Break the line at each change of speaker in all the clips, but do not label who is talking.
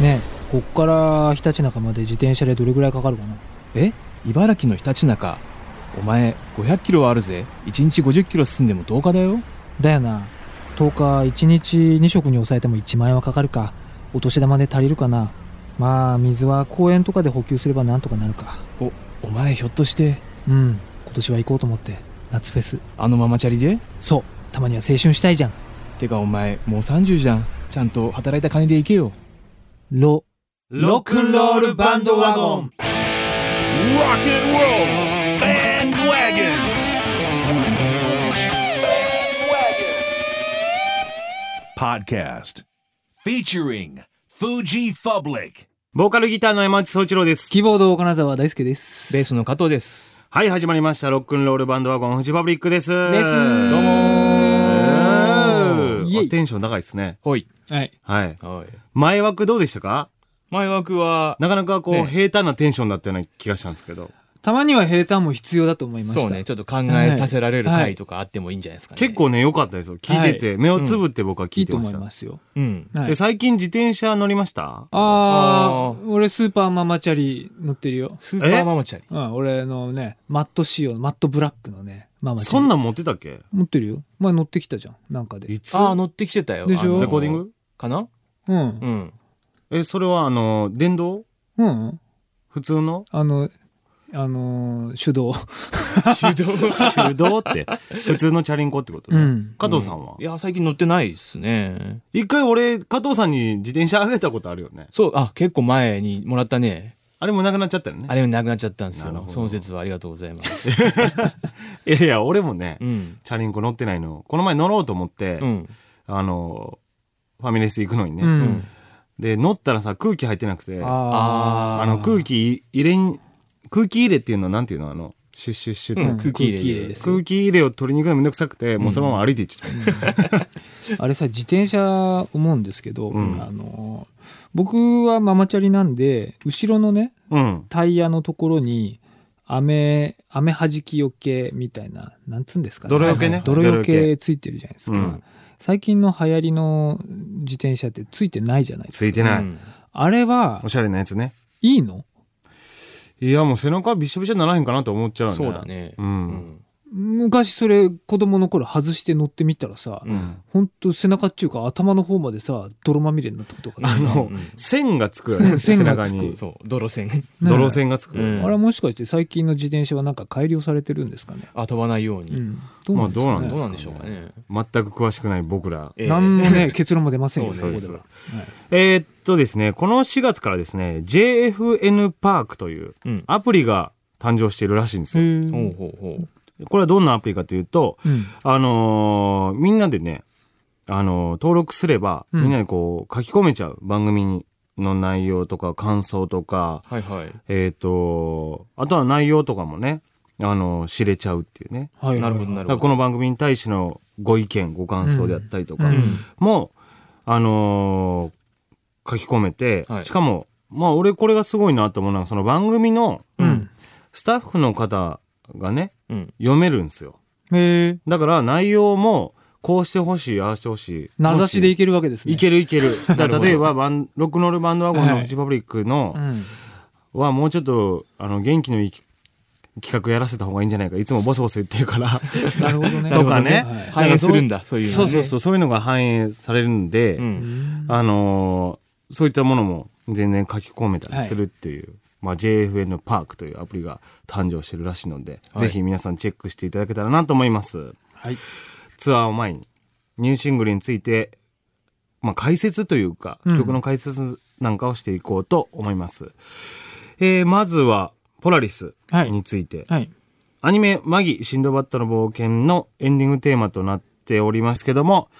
ねこっからひたちなかまで自転車でどれぐらいかかるかな
え茨城のひたちなかお前500キロはあるぜ1日50キロ進んでも10日だよ
だよな10日1日2食に抑えても1万円はかかるかお年玉で足りるかなまあ水は公園とかで補給すればなんとかなるか
おお前ひょっとして
うん今年は行こうと思って夏フェス
あのママチャリで
そうたまには青春したいじゃん
てかお前もう30じゃんちゃんと働いた金で行けよ
ロ
ロックンロールバンドワゴン
Rock and roll bandwagon. Podcast featuring Fuji Public.
ボーカルギターの山内総一郎です
キーボード金沢大輔です
ベースの加藤です
はい始まりましたロックンロールバンドワゴンフジパブリックです
で
ど
す
うもー
イエイ
あテンション高いですね
ほい
はい
はい
はい
前枠どうでしたか
前枠は
なかなかこう、
ね
平坦なテンションだったような気がしたんですけど
たまには平坦も必要だと思いました
そうねちょっと考えさせられる回とかあってもいいんじゃないですかね、
結構ね良かったですよ聞いてて、目をつぶって僕は聞
い
い
い
て
と
ま
思
した、
いますよ
うん
はい
で最近自転車乗りました
あー
あ
俺スーパーママチャリ乗ってるよ
スーパーママチャリ
うん俺のねマット仕様マットブラックのねママチャリ
そんなん持ってたっけ
持ってるよ前乗ってきたじゃんなんかで
いつ
ああ乗ってきてたよ
でしょ
あの
レコーディング
かな
うん
うん
えそれはあの電動
うん
普通の
あのあのー手動
手動、
手動って普通のチャリンコってこと、
うん
加藤さんはい
や最近乗ってないっすね
一回俺加藤さんに自転車あげたことあるよね
そうあ結構前にもらったね
あれもなくなっちゃったよね
あれなくなっちゃったんです
なる
よ
ほど
その説はありがとうございます
いやいや俺もね、
うん
チャリンコ乗ってないのこの前乗ろうと思って、
うん
あのファミレス行くのにね、
うん
うん
で乗ったらさ空気入ってなくてあ
あ
あ
の空気入れん空気入れっていうのはなんていうのあのシュッシュッシュッ
ー
って、
うん空気入
空気入れ
れ
で
ですす
空気入れを取りに行くのめんどくさくて、もうそのまま歩いて行っちゃった、
ああれさ自転車思うんですけど、
うん
あのー僕はママチャリなんで後ろのね
うん
タイヤのところに雨雨はじきよけみたいななんつうんですか
泥除けね
泥除
泥除
けついてるじゃないですか、
うん
最近の流行りの自転車ってついてないじゃないで
つ
すか
いてない、
うん
あれは
おしゃれなやつね
いいの
いやもう背中びしょびしょにならへんかなと思っちゃうよね
そうだね
う、
うんん
昔それ子供の頃外して乗ってみたらさ、
うん
ほんと背中っていうか頭の方までさ泥まみれになったことがあ
あ
る
の、
うん
線がつくよね背
線が
中
つく
に
そう泥線
ね
泥線がつく、
うん
あれもしかして最近の自転車はなんか改良されてるんですかね、
あ飛ばないよう
う
に
ん、どうな
まあ
んですか
どう
ね
なん
どう
す
なんでしょうかね
全く詳しくない僕ら
ええ
なんもね結論も出ませんよ
そうね
こでは、はい
えーっとですね、この4月からですね、JFN パークという
うん
アプリが誕生しているらしいんですよ。
ほうほうほう
これはどんなアプリかというと、
うん
あのーみんなでね、あのー登録すれば、
うん
みんなにこう書き込めちゃう。番組の内容とか感想とか、
はいはい
えーっと、あとは内容とかもね、あのー知れちゃうっていうね。
はい
なるほどな
だ
る
から
ほ
こ
ど
の番組に対してのご意見、ご感想であったりとか、
うん
もあのー書き込めて、
はい
しかもまあ俺これがすごいなと思うのはその番組の
うん
スタッフの方がね
うん
読めるんですよ
へえ
だから内容もこうしてほしいああしてほしい
名指しでいけるわけですね
いけるいけ るだから
なるほど
例えばバンロックノールバンドワゴンの
はい
フジパブリックの
うん
はもうちょっとあの元気のいい企画やらせた方がいいんじゃないかいつもボソボソ言ってるから
なるほどね
とかね
はい
反映するんだそういう
そうそう
う
そうそういうのが反映されるんで、
うん
あのーそういったものも全然書き込めたりするっていう、 まあ、JFN パークというアプリが誕生してるらしいので、
はい
ぜひ皆さんチェックしていただけたらなと思います
はい
ツアーを前にニューシングルについて、まあ、解説というか、
うん
曲の解説なんかをしていこうと思います、えーまずはポラリスについて、
はい
アニメ「マギシンドバッドの冒険」のエンディングテーマとなっておりますけども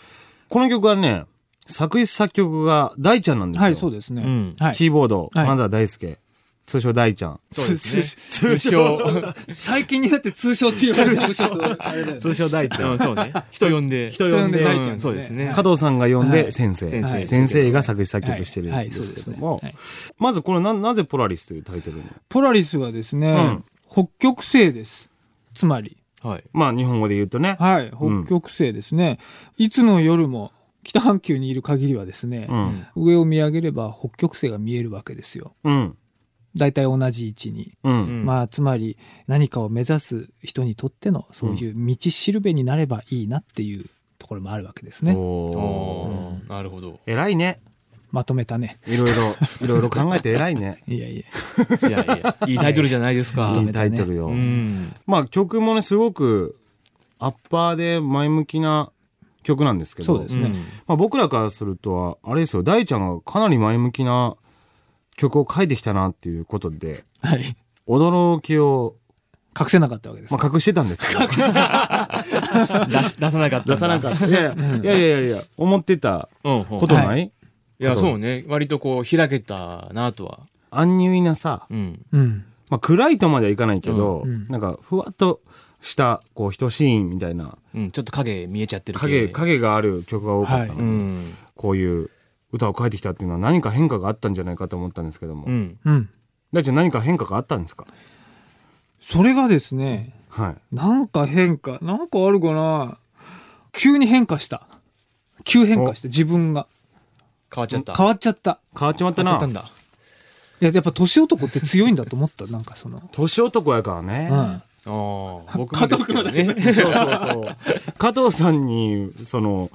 この曲はね作詞作曲が大ちゃんなんですよ、
はいそうですね、
うん
はい
キーボード
はい
金沢大輔通称大ちゃん
そうです ね
通
通称
最近になって通称っていうのがちょっとあれだよね
通称大ちゃ
うんんそうね人呼んで
人呼んで
人呼んで大ちゃんね
うんそうですね
加藤さんが呼ん
は
で
い
先生、
先
生
先生が作詞作曲してるん
はいはい
ですけど
そ
も
うですねはい
まずこれななぜ「ポラリス」というタイトルに
ポラリスはですね、
うん
北極星ですつまり
はい
まあ日本語で言うとね
はい北極星ですね、いつの夜も北半球にいる限りはですね
う、ん。
上を見上げれば北極星が見えるわけですよ。
うん。
大体同じ位置に。
うん。
まあ、つまり何かを目指す人にとってのそういう道しるべになればいいなっていうところもあるわけですね。
おー
ああなるほど
偉いね。
まとめたね。
いろい ろ、いろいろ考えて偉いね。
いやいや。
いやいやいいタイトルじゃないですか
まと
い
め
いタイトルよ。
うん
まあ曲もね、すごくアッパーで前向きな曲なんですけど。
そうですね
うん
まあ、僕らからするとはあれですよ大ちゃんがかなり前向きな曲を書いてきたなっていうことで
はい。
驚きを、
隠せなかったわけです
ま
か。
あ、隠してたんですけど
出し出さなかった
出さな
っ
かったいやいやいやいやいや思ってた
た、うんうん
ことない、、
はい
いやそうね割とこう開けたなとは
安入なさ、
うん
うん。
まあ、暗いとまではいかないけど、
うんうん
なんかふわっとしたこう一シーンみたいな
うんちょっと影見えちゃってる系
影影がある曲が多かったので、
うん
こういう歌を書いてきたっていうのは何か変化があったんじゃないかと思ったんですけども、
うん
うん。
大ちゃん何か変化があったんですか
それがですね、
はい
なんか変化、なんかあるかな急に変化した。急変化して自分が
変わっちゃった
変わっちゃった。
変わっちまった
変わっ
な
ちゃったんだ
いや、やっぱ年男って強いんだと思った。なんかその。
年男やからね、
うん。
あー僕もですけどね
そうそうそう。加藤さんに、その、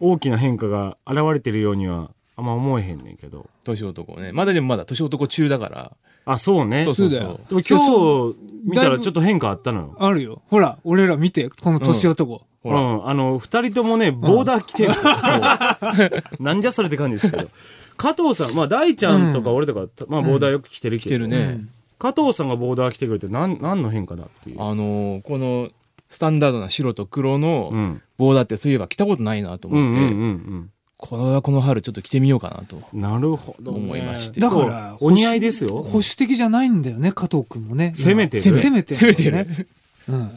大きな変化が現れてるようには、あんま思えへんねんけど。
年男ねまだでもまだ年男中だから
あ、そうね。
そうそう
そうだ
そ
よ
でも今日見たらちょっと変化あったのよ。
あるよ。ほら、俺ら見て、この年男。
う
う
ほら
ん。あの、二人ともね、ボーダー着てるんです よ。そうなんじゃそれって感じですけど。加藤さん、まあ、大ちゃんとか俺とか、まあ、ボーダーよく着てるけ
来
ど。
てるね、
加藤さんがボーダー着てくれて、なん、何の変化だっていう。
あのーこのスタンダードな白と黒
う
の
ん。
棒だってそういえば着たことないなと
うん
思
うんう
って、
ん
これはこの春ちょっと着てみようかなと
うん。なるほどね、
思いまして
だから、
お似合いですよ
保守的じゃないんだよね、加藤くんもね。
攻めてる
今攻めて
攻めて
んだよ
る
ね。、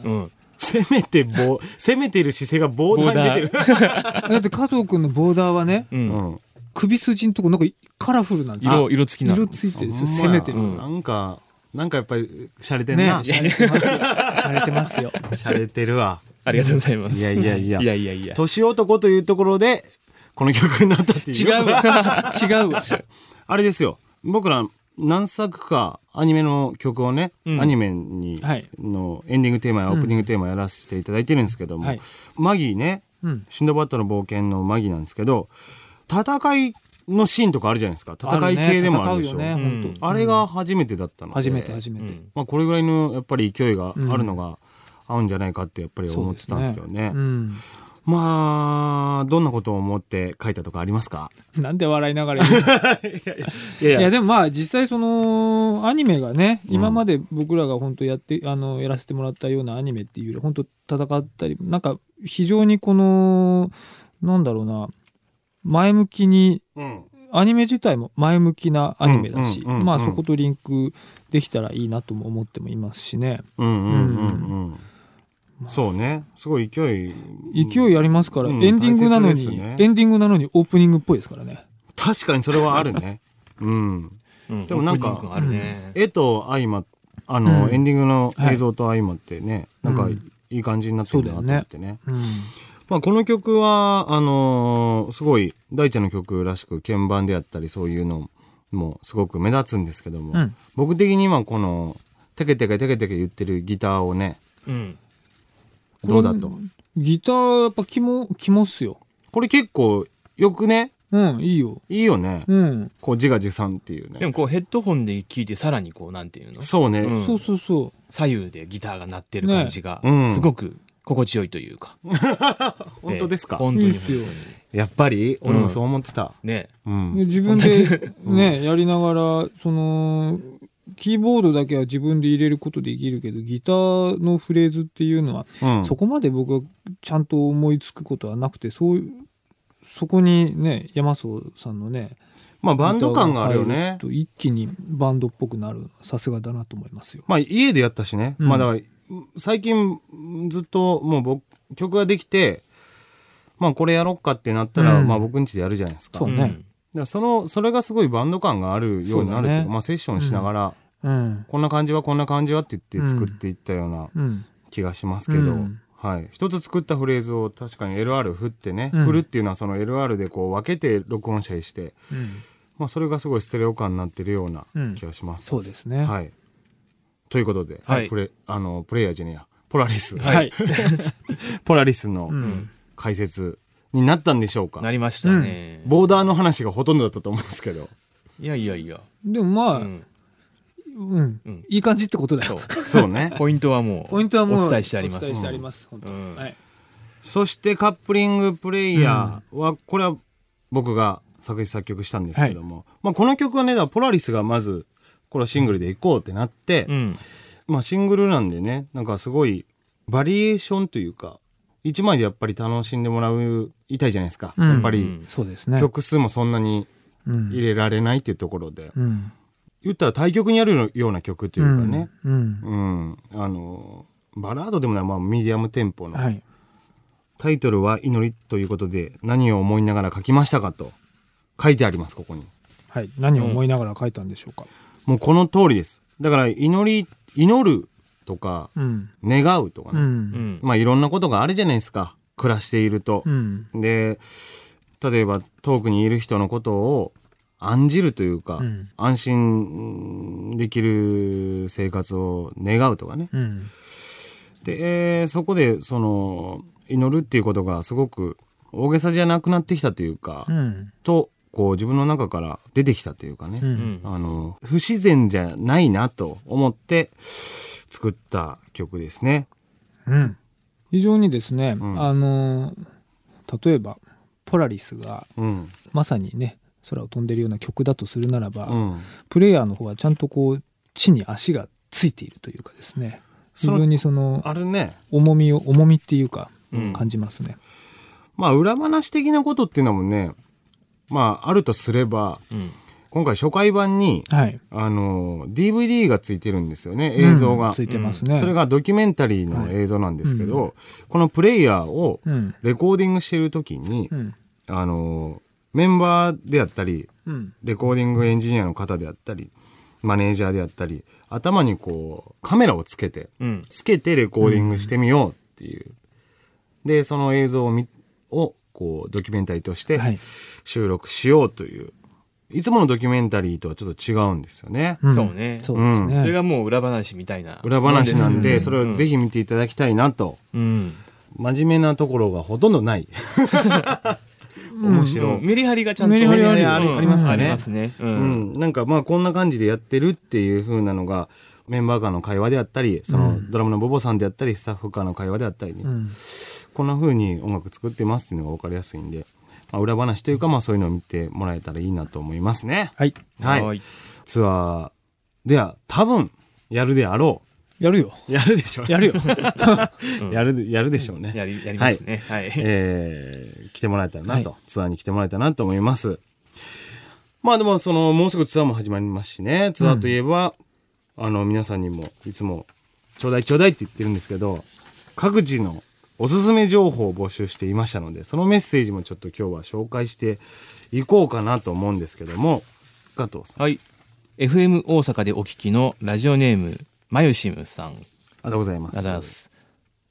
うん。
うん、
攻めてぼ、攻めてる姿勢がボーダーに出てる。
だって加藤くんのボーダーはね、
うん
うん。
首筋のとこなんかカラフルなんですよ。
色色付きなの
色ついてるんですよ。
ほん
攻
まや
めてる。
うん
なんか、なんかやっぱり、洒落てん
ね
な。
しゃれてますよ。しゃれてますよ。
洒落てるわ。
ありがとうございます
いやいやいや
いやいやいや
年男というところで、この曲になったっていう。
違う。わ。違 うわ。
あれですよ。僕ら、何作かアニメの曲をね、
うん
アニメに、
はい
のエンディングテーマやオープニングテーマやらせていただいてるんですけども、
はい
マギーね、
うん。
シンドバッドの冒険のマギーなんですけど、戦いのシーンとかあるじゃないですか。戦い系でもあるでしょ。あ,、
あるね戦うよね、本
れが初めてだったの
当。
で。
初めて初め
う
て。
ん
まあ、これぐらいのやっぱり勢いがあるのが合うんじゃないかってやっぱり思ってたんですけどね,、
うん。
まあどんなことを思って書いたとかありますか
なんで笑いながら言うの
いや
いやでもまあ実際そのアニメがね今まで僕らが本当やってあのやらせてもらったようなアニメっていうより本当戦ったりなんか非常にこのなんだろうな前向きに
うん
アニメ自体も前向きなアニメだし、
うんうんうんうん
まあそことリンクできたらいいなとも思ってもいますしね
うんうんうんうんそうねすごい勢い
勢いありますから、
うん
エンディングなの
大切
に、
ですね
エンディングなのにオープニングっぽいですからね
確かにそれはあるねうん
うん
でもなんか
オープニング感あるね、
絵と相まあの、
うん
エンディングの映像と相まってね、なんか
うん
いい感じになってるなと思ってね
うん
まあ、この曲はあのーすごい大ちゃんの曲らしく鍵盤であったりそういうのもすごく目立つんですけども、
うん
僕的に今このテケテケテケテケ言ってるギターをね
うん
どうだと
これギターやっぱキモキモっすよ
これ結構よくね
うんいいよ
いいよね、
うん、
こう自画自賛っていう
で
ね
もこうヘッドホンで聞いてさらにこうなんていうの
そうね、
うん
そうそうそ
左右でギターが鳴ってる感じが
ねうん
すごく心地よいというか、
本当ですか、
ええ本当に
いいっすよ
本当に
やっぱり
ん
俺もそう思ってた、
ね
うん
う自 分でね、やりながらそのキーボードだけは自分で入れることできるけどギターのフレーズっていうのは
うん
そこまで僕はちゃんと思いつくことはなくてそういうそこにね山荘さんのね
まあバンド感があるよ
ギターが入
ね
と一気にバンドっぽくなるさすがだなと思いますよ。
まあ家でやったしね、
うん
まあだから最近ずっともう僕曲ができてまあこれやろっかってなったら、
うん
まあ僕ん家でやるじゃないですか
そうね
ん
だからそのそれがすごいバンド感があるようになるっていう
そうだ
か
ね
まあ、セッションしながら、
うん
こんな感じはこんな感じはって言って作っていったような
うん
気がしますけど、
うん
はい、一つ作ったフレーズを確かに LR 振ってね、
うん
振るっていうのはその LR でこう分けて録音したりして、
うん
まあ、それがすごいステレオ感になってるような
うん
気がします。
そうですね。
はい、ということで、
はい
プレあのプレイヤージュニアポラリス、
はい。
ポラリスの
うん
解説になったんでしょうか、
なりましたね。
ボーダーの話がほとんどだったと思うんですけど
いやいやいや。
でもまあ、
う
うん
ん。
うんいい感じってことだ
そう
よ。。
そうね
ポイントはもう、
ポイントはもう
お伝えしてありま
お伝えして
す
あ。ります本当
うん
はい
そしてカップリングプレイヤーは、これは僕が作詞作曲したんですけども、まあ、この曲はねだからポラリスがまずこれはシングルでいこうってなって、
うん。
まあ、シングルなんでねなんかすごいバリエーションというか一枚でやっぱり楽しんでもらういたいじゃないですか、
うん
やっぱ
う
り
ん
そうですね。
曲数もそんなに
うん
入れられないっていうところで、
うん
言ったら対局にあるような曲というかね、
うんう
う
ん
んあのバラードでもない、まあ、ミディアムテンポの、
はい
タイトルは「祈り」ということで何を思いながら書きましたかと書いてありますここに
はい何を思いながら書いたんでしょうか。
もうこの通りですだから祈り祈るとか
うん
願うとか
う
ね、
うんん。
まあいろんなことがあるじゃないですか暮らしていると
う、ん
で例えば遠くにいる人のことを案じるというか、
うん
安心できる生活を願うとかね
うん
で、えーそこでその祈るっていうことがすごく大げさじゃなくなってきたというか、
うん
とこう自分の中から出てきたというかね、
う
うんん。
あの不自然じゃないなと思って作った曲ですね。
うん非常にですね
ん
あのー例えばポラリスが
うん
まさにね空を飛んでるような曲だとするならば、
うん、
プレイヤーの方はちゃんとこう地に足がついているというかですね非
その
常にその
あれね
重みを重みっていうか、
うん
感じますね。
まあ裏話的なことっていうのもねまああるとすれば
うん。
今回初回版に
はい、
あの DVD がついてるんですよね映像
う
が
ん、つ、いてますね。
それがドキュメンタリーの映像なんですけど、
は
このプレイヤーを
うん
レコーディングしてる時に、
うん
あのメンバーであったり
うん
レコーディングエンジニアの方であったり、マネージャーであったり、頭にこう、カメラをつけて、
うん。
つけてレコーディングしてみようっていう。で、その映像を見、を、こう、ドキュメンタリーとして
はい
収録しようという、い、つものドキュメンタリーとはちょっと違うんですよね。
うん
そうね。
そうですね。
それがもう裏話みたいな。
裏話なんで、
う
それをぜひ見ていただきたいなと。
うん。
真面目なところがほとんどない。面白い。
メリハリがちゃんと
メリハリある
うん
ありますかね
ありますね。う。
うんん、なんかまあこんな感じでやってるっていう風なのがメンバー間の会話であったりそのドラムのボボさんであったりスタッフ間の会話であったりね、
うん
こんな風に音楽作ってますっていうのが分かりやすいんで、まあ、裏話というかまあそういうのを見てもらえたらいいなと思いますね。
はい
はい
はい
ツアーでは多分やるであろ
やるよ
うやるでしょうね
やるよ。
やるでやるでしょうね。
やり、やりますね。はい。
えー来てもらえたらなと、
は
ツアーに来てもらえたらなと思いますまあでもそのもうすぐツアーも始まりますしねツアーといえば、あの皆さんにもいつも「ちょうだいちょうだい」って言ってるんですけど各自のおすすめ情報を募集していましたのでそのメッセージもちょっと今日は紹介していこうかなと思うんですけども加藤さん
はい。FM 大阪でお聞きのラジオネーム、まゆしむさん。ありが
あ
と
りがとうございま
うご
す
ざいます。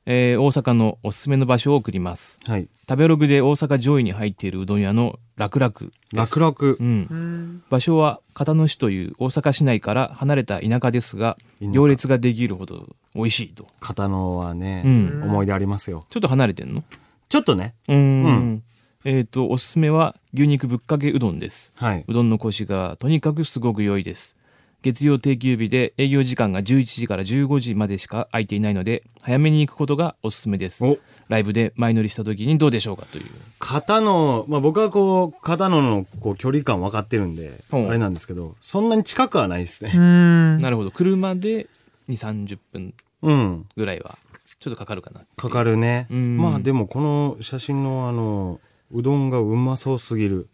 えー大阪のおすすめの場所を送ります。
はい
食べログで大阪上位に入っているうどん屋の楽々です。
楽々
うん。場所は片野市という大阪市内から離れた田舎ですが、
舎
行列ができるほど美味しいと。
片野はね、
うん
思い出ありますよ
ちょっと離れてんの
ちょっとね
うーん。
うん
えっ、と、おすすめは牛肉ぶっかけうどんです。
はい、
うどんのコシがとにかくすごく良いです。月曜定休日で営業時間が11時から15時までしか空いていないので、早めに行くことがおすすめです
お。
ライブで前乗りした時にどうでしょうかという。
肩の、まあ、僕はこう肩ののこう距離感分かってるんであ
うん
れなんですけどそんなに近くはないですね
うん
なるほど。車で2、30分
うん
ぐらいはちょっとかかるかな。
かかるね
うん
まあでもこの写真のあのうどんがうまそうすぎる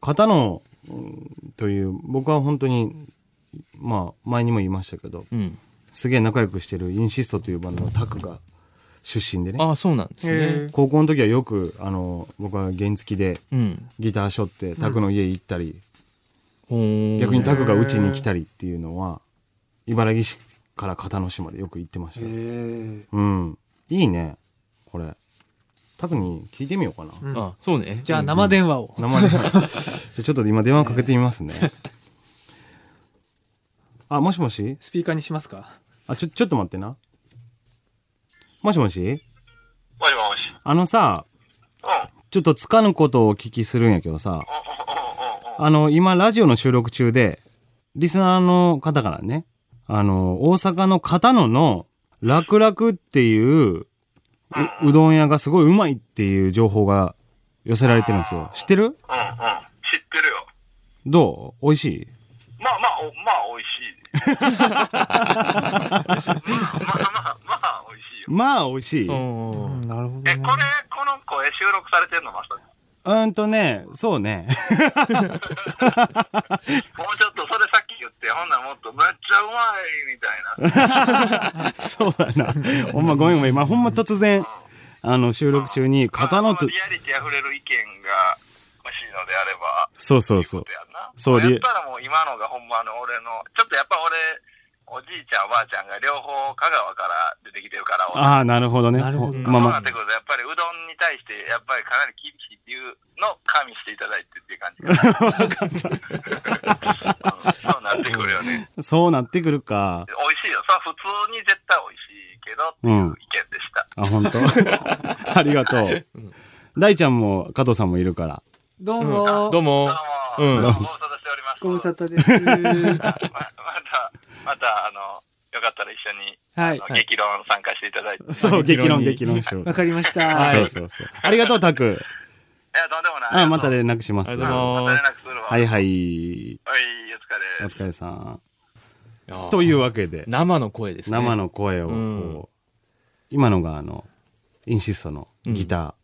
肩のうんという僕は本当にまあ前にも言いましたけど
うん。
すげえ仲良くしてるインシストというバンドのタクが出身でね
ああ、そうなんですね。
高校の時はよくあの僕は原付で
うん。
ギターしょってタクの家行ったり、
ほー
逆にタクがうちに来たりっていうのは茨城市から片野市までよく行ってました、うんいいねこれタクに聞いてみようかな、
うん
あそうね
じゃあ生電話を。
生でじゃあちょっと今電話かけてみますねあもしもし
スピーカーにしますか。
あちょちょっと待ってなもしもし
もしもし。
あのさ
うん。うんうん
ちょっとつかぬことをお聞きするんやけどさ
うんうんうん。
あの今ラジオの収録中でリスナーの方からねあの大阪の片野の楽々っていうううどん屋がすごいうまいっていう情報が寄せられてるんですよ知ってる
うんうん。知ってるよ。
どう美味しい
まあまあ、おまあ、美味しい。まあまあ、まあ、美味しいよ。
まあ美味しい、
うん
なるほど
え、これ、この声収録されてんのまさに。
うーんとね、そうね。
もうちょっとそれさっき言って、ほんならもっとめっちゃうまいみたいな。
そうだな。ほんまごめんごめん。まあ、ほんま突然、あの、収録中に、刀
まあ
と、
リアリティ溢れる意見が欲しいのであれば、
そうそうそ
そうう。やんな。
そう
や
リ
っぱらもう今のがほんまあの俺の、ちょっとやっぱ俺、おじいちゃんおばあちゃんが両方香川から出てきてるから、俺
ああ、なるほどね。
なるほど
ん
ま
まあま
あそうな
あ
って、くると、やっぱりうどんに対して、やっぱりかなり厳しいっていうのを加味していただいてっていう感じかなうんそうなってくるよね。
そうなってくるか。
美味しいよ。それは普通に絶対美味しいけどっていう意見でした。
あ、本当 ありがとう。大ちゃんも加藤さんもいるから。
どう
も
も。
どうも
どうも、
うん
どうもご無沙汰しております。
ご無沙汰です。
ままた、また、あの、よかったら一緒に、
はい
あの激論参加していただいて。い
そう、
激
激
論
論
に
激論しよう。
わかりました。
そうそうそう。ありがとう、タク。
や、とんでもない。
あまた連絡しま
あ
す。
りが
うん。
とう
は
また連絡するわ。はいい、
はい。
お疲れ。
お疲れさん。
あー
というわけで。
生の声ですね
生の声をこう、
うん
今のがあのインシストのギター、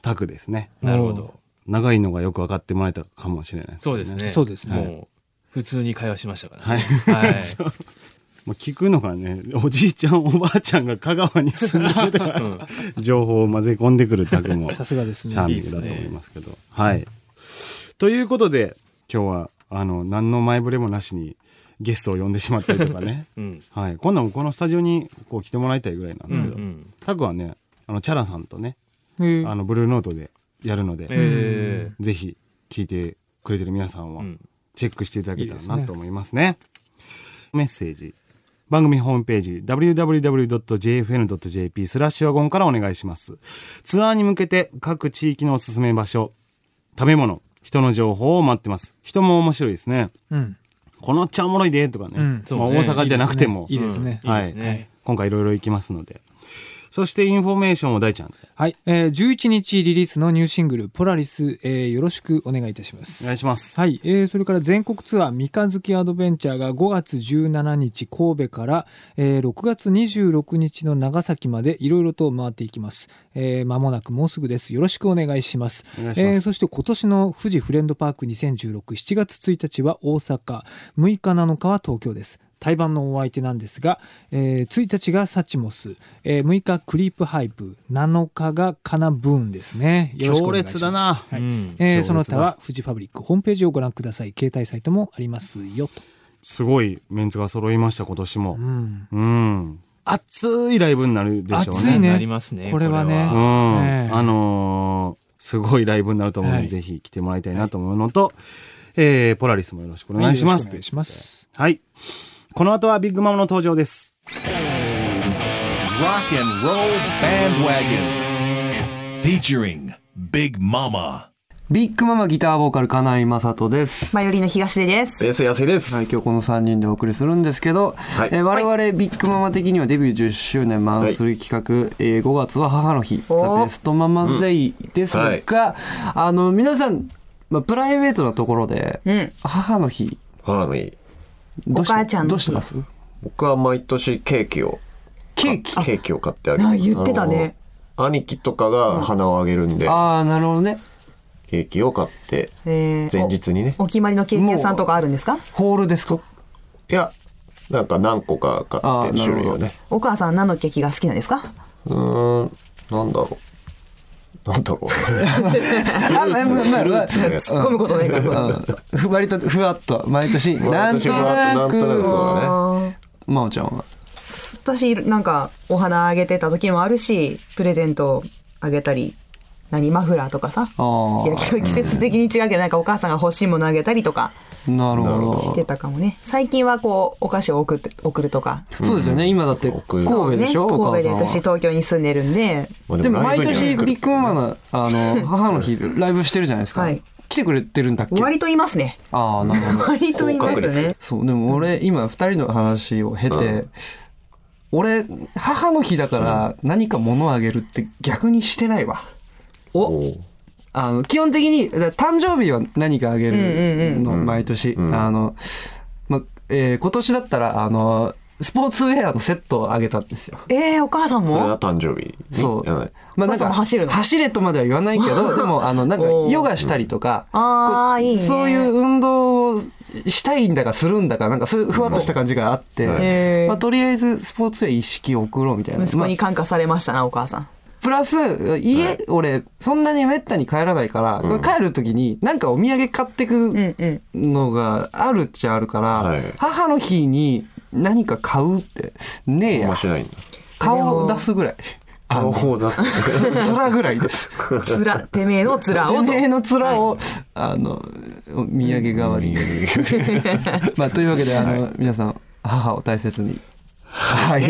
タクですね
なるほど
長いのがよく分かってもらえたかもしれないですね
そうですね
そうですね
もう普通に会話しましたから
はい
ねはい
そうまあ、聞くのがねおじいちゃんおばあちゃんが香川に住んでるとか、情報を混ぜ込んでくるタクも
さすがです
チ
ね
ャー。ミングだと思いますけどはいということで今日はあの何の前触れもなしにゲストを呼んでしまったりとかね、
うん
はい、今度もこのスタジオにこう来てもらいたいぐらいなんですけど、
うん
タクはねあのチャラさんとね
えー
あのブルーノートでやるので、
え
ぜひ聞いてくれてる皆さんは
ん
チェックしていただけたら
いいです
な
ね
と思いますね。メッセージ番組ホームページ www.jfn.jp スラッシュワゴンからお願いします。ツアーに向けて各地域のおすすめ場所、食べ物、人の情報を待ってます。人も面白いですね。
うん。
このっちゃおもろいでとかね。
うん
そう
まあ、
ね
大阪じゃなくても。
いいですね。
いい
は
ですね
い。今回いろいろ行きますので。そしてインフォメーションを大ちゃんで。
はい、えー、11日リリースのニューシングル「ポラリス、えーよろしくお願いいたしま
お
す。
願いします。
はい、えーそれから全国ツアー「三日月アドベンチャー」が5月17日神戸から、えー6月26日の長崎までいろいろと回っていきます、えー間もなくもうすぐですよろしくお願いします
お願いします
えーそして今年の富士フレンドパーク20167月1日は大阪6日7日は東京です対バンのお相手なんですが、えー1日がサチモス、えー6日クリープハイプ7日がカナブーンですねよろしくお願いしま
強烈
す
だな
はい
うん
強烈
えー
だ
その他はフジファブリックホームページをご覧ください携帯サイトもありますよと、
すごいメンツが揃いました、今年も
う。ん、
うん。熱いライブになるでしょうね。
熱いね
なりますね
これはね
うん。
こ
ええ
あのーすごいライブになると思うので、
はい
ぜひ来てもらいたいなと思うのと、えーポラリスもよろしくお願いします。
お願いし ます
はい。この後はビッグマムの登場です。
Rock and Roll Bandwagon. Featuring Big Mama.
ビッグママギターボーカル金井雅人です。
マヨリーの東出です。
ベース安いです。
はい、今日この3人でお送りするんですけど、
い
えー我々ビッグママ的にはデビュー10周年マンスリー企画、えー5月は母の日
おー
ベストママズデイですが、
うんはい
あの皆さん、まあ、プライベートなところで、
うん。
母の日
母の日。
どうして
お母ちゃんの日
どうしてます
僕は毎年ケーキを、
ケーキ
ケーキを買ってあげ
な言ってたね。
あの兄貴とかが花をあげるんで、
ああなるほどね
ケーキを買って、
えー
前日にね。
おお決まりのケーキ屋さんとかあるんですか
ホールですか
いや、なんか何個か買
あー
って、
な
種
るほど
類をね。
お母さん何のケーキが好きなん ですか
うーん、なんだろう。なん だろう。
あまあまあまあまあ
ツのやつ
突っ込むことないからさ。
うん ふ割とふわっと毎年なんとな
毎年ふわっとなんとなくそう
く
だね。
あー
真央ちゃんは
私なんかお花あげてた時もあるしプレゼントあげたり何マフラーとかさ
あー
いや季節的に違うけどなんかお母さんが欲しいものあげたりとか
なるほど
してたかもね最近はこうお菓子を送って送るとか
そうですよね今だって神戸でしょ、
ね、
お
神
母
戸で
さんは
私東京に住んでるんで
まあ
でも毎年ビッグママ
な。
の あの母の日ライブしてるじゃないですか、
はい
来てくれてるんだっけ
割といますね
ああなる ほど
割といます
高確
ね
率
そうでも俺今2人の話を経て、俺母の日だから何か物をあげるって逆にしてないわ
おう
あの基本的にだ誕生日は何かあげるの、毎年、あの、まえー今年だったらあのスポーツウェアのセットをあげたんですよ
えー、お母さん
それ
も
は誕生日に。
そう
じゃない。
まあなん
お母さん
か
も走るの
れとまでは言わないけどでもあのなん か
おー
ヨガしたりとか、
ああいいね
そういう運動をしたいんだかするんだかなんかそういうふわっとした感じがあって、
へー
まあ、とりあえずスポーツへ一式を送ろうみたいな
息子に
まあ
感化されましたなお母さん
プラス家、俺そんなにめったに帰らないから、帰る時になんかお土産買って
うん
く
うん
のがあるっちゃあるから、
はい
母の日に何か買うってねえ
面
や
白いんだ。
顔を出すぐらいあ
情
の
報を 出す。
面ぐら いです
つらてめえのつらを
お
と
めえの面を、あのお土産代わりに、 まあ、というわけであの、皆さん母を大切に。はい、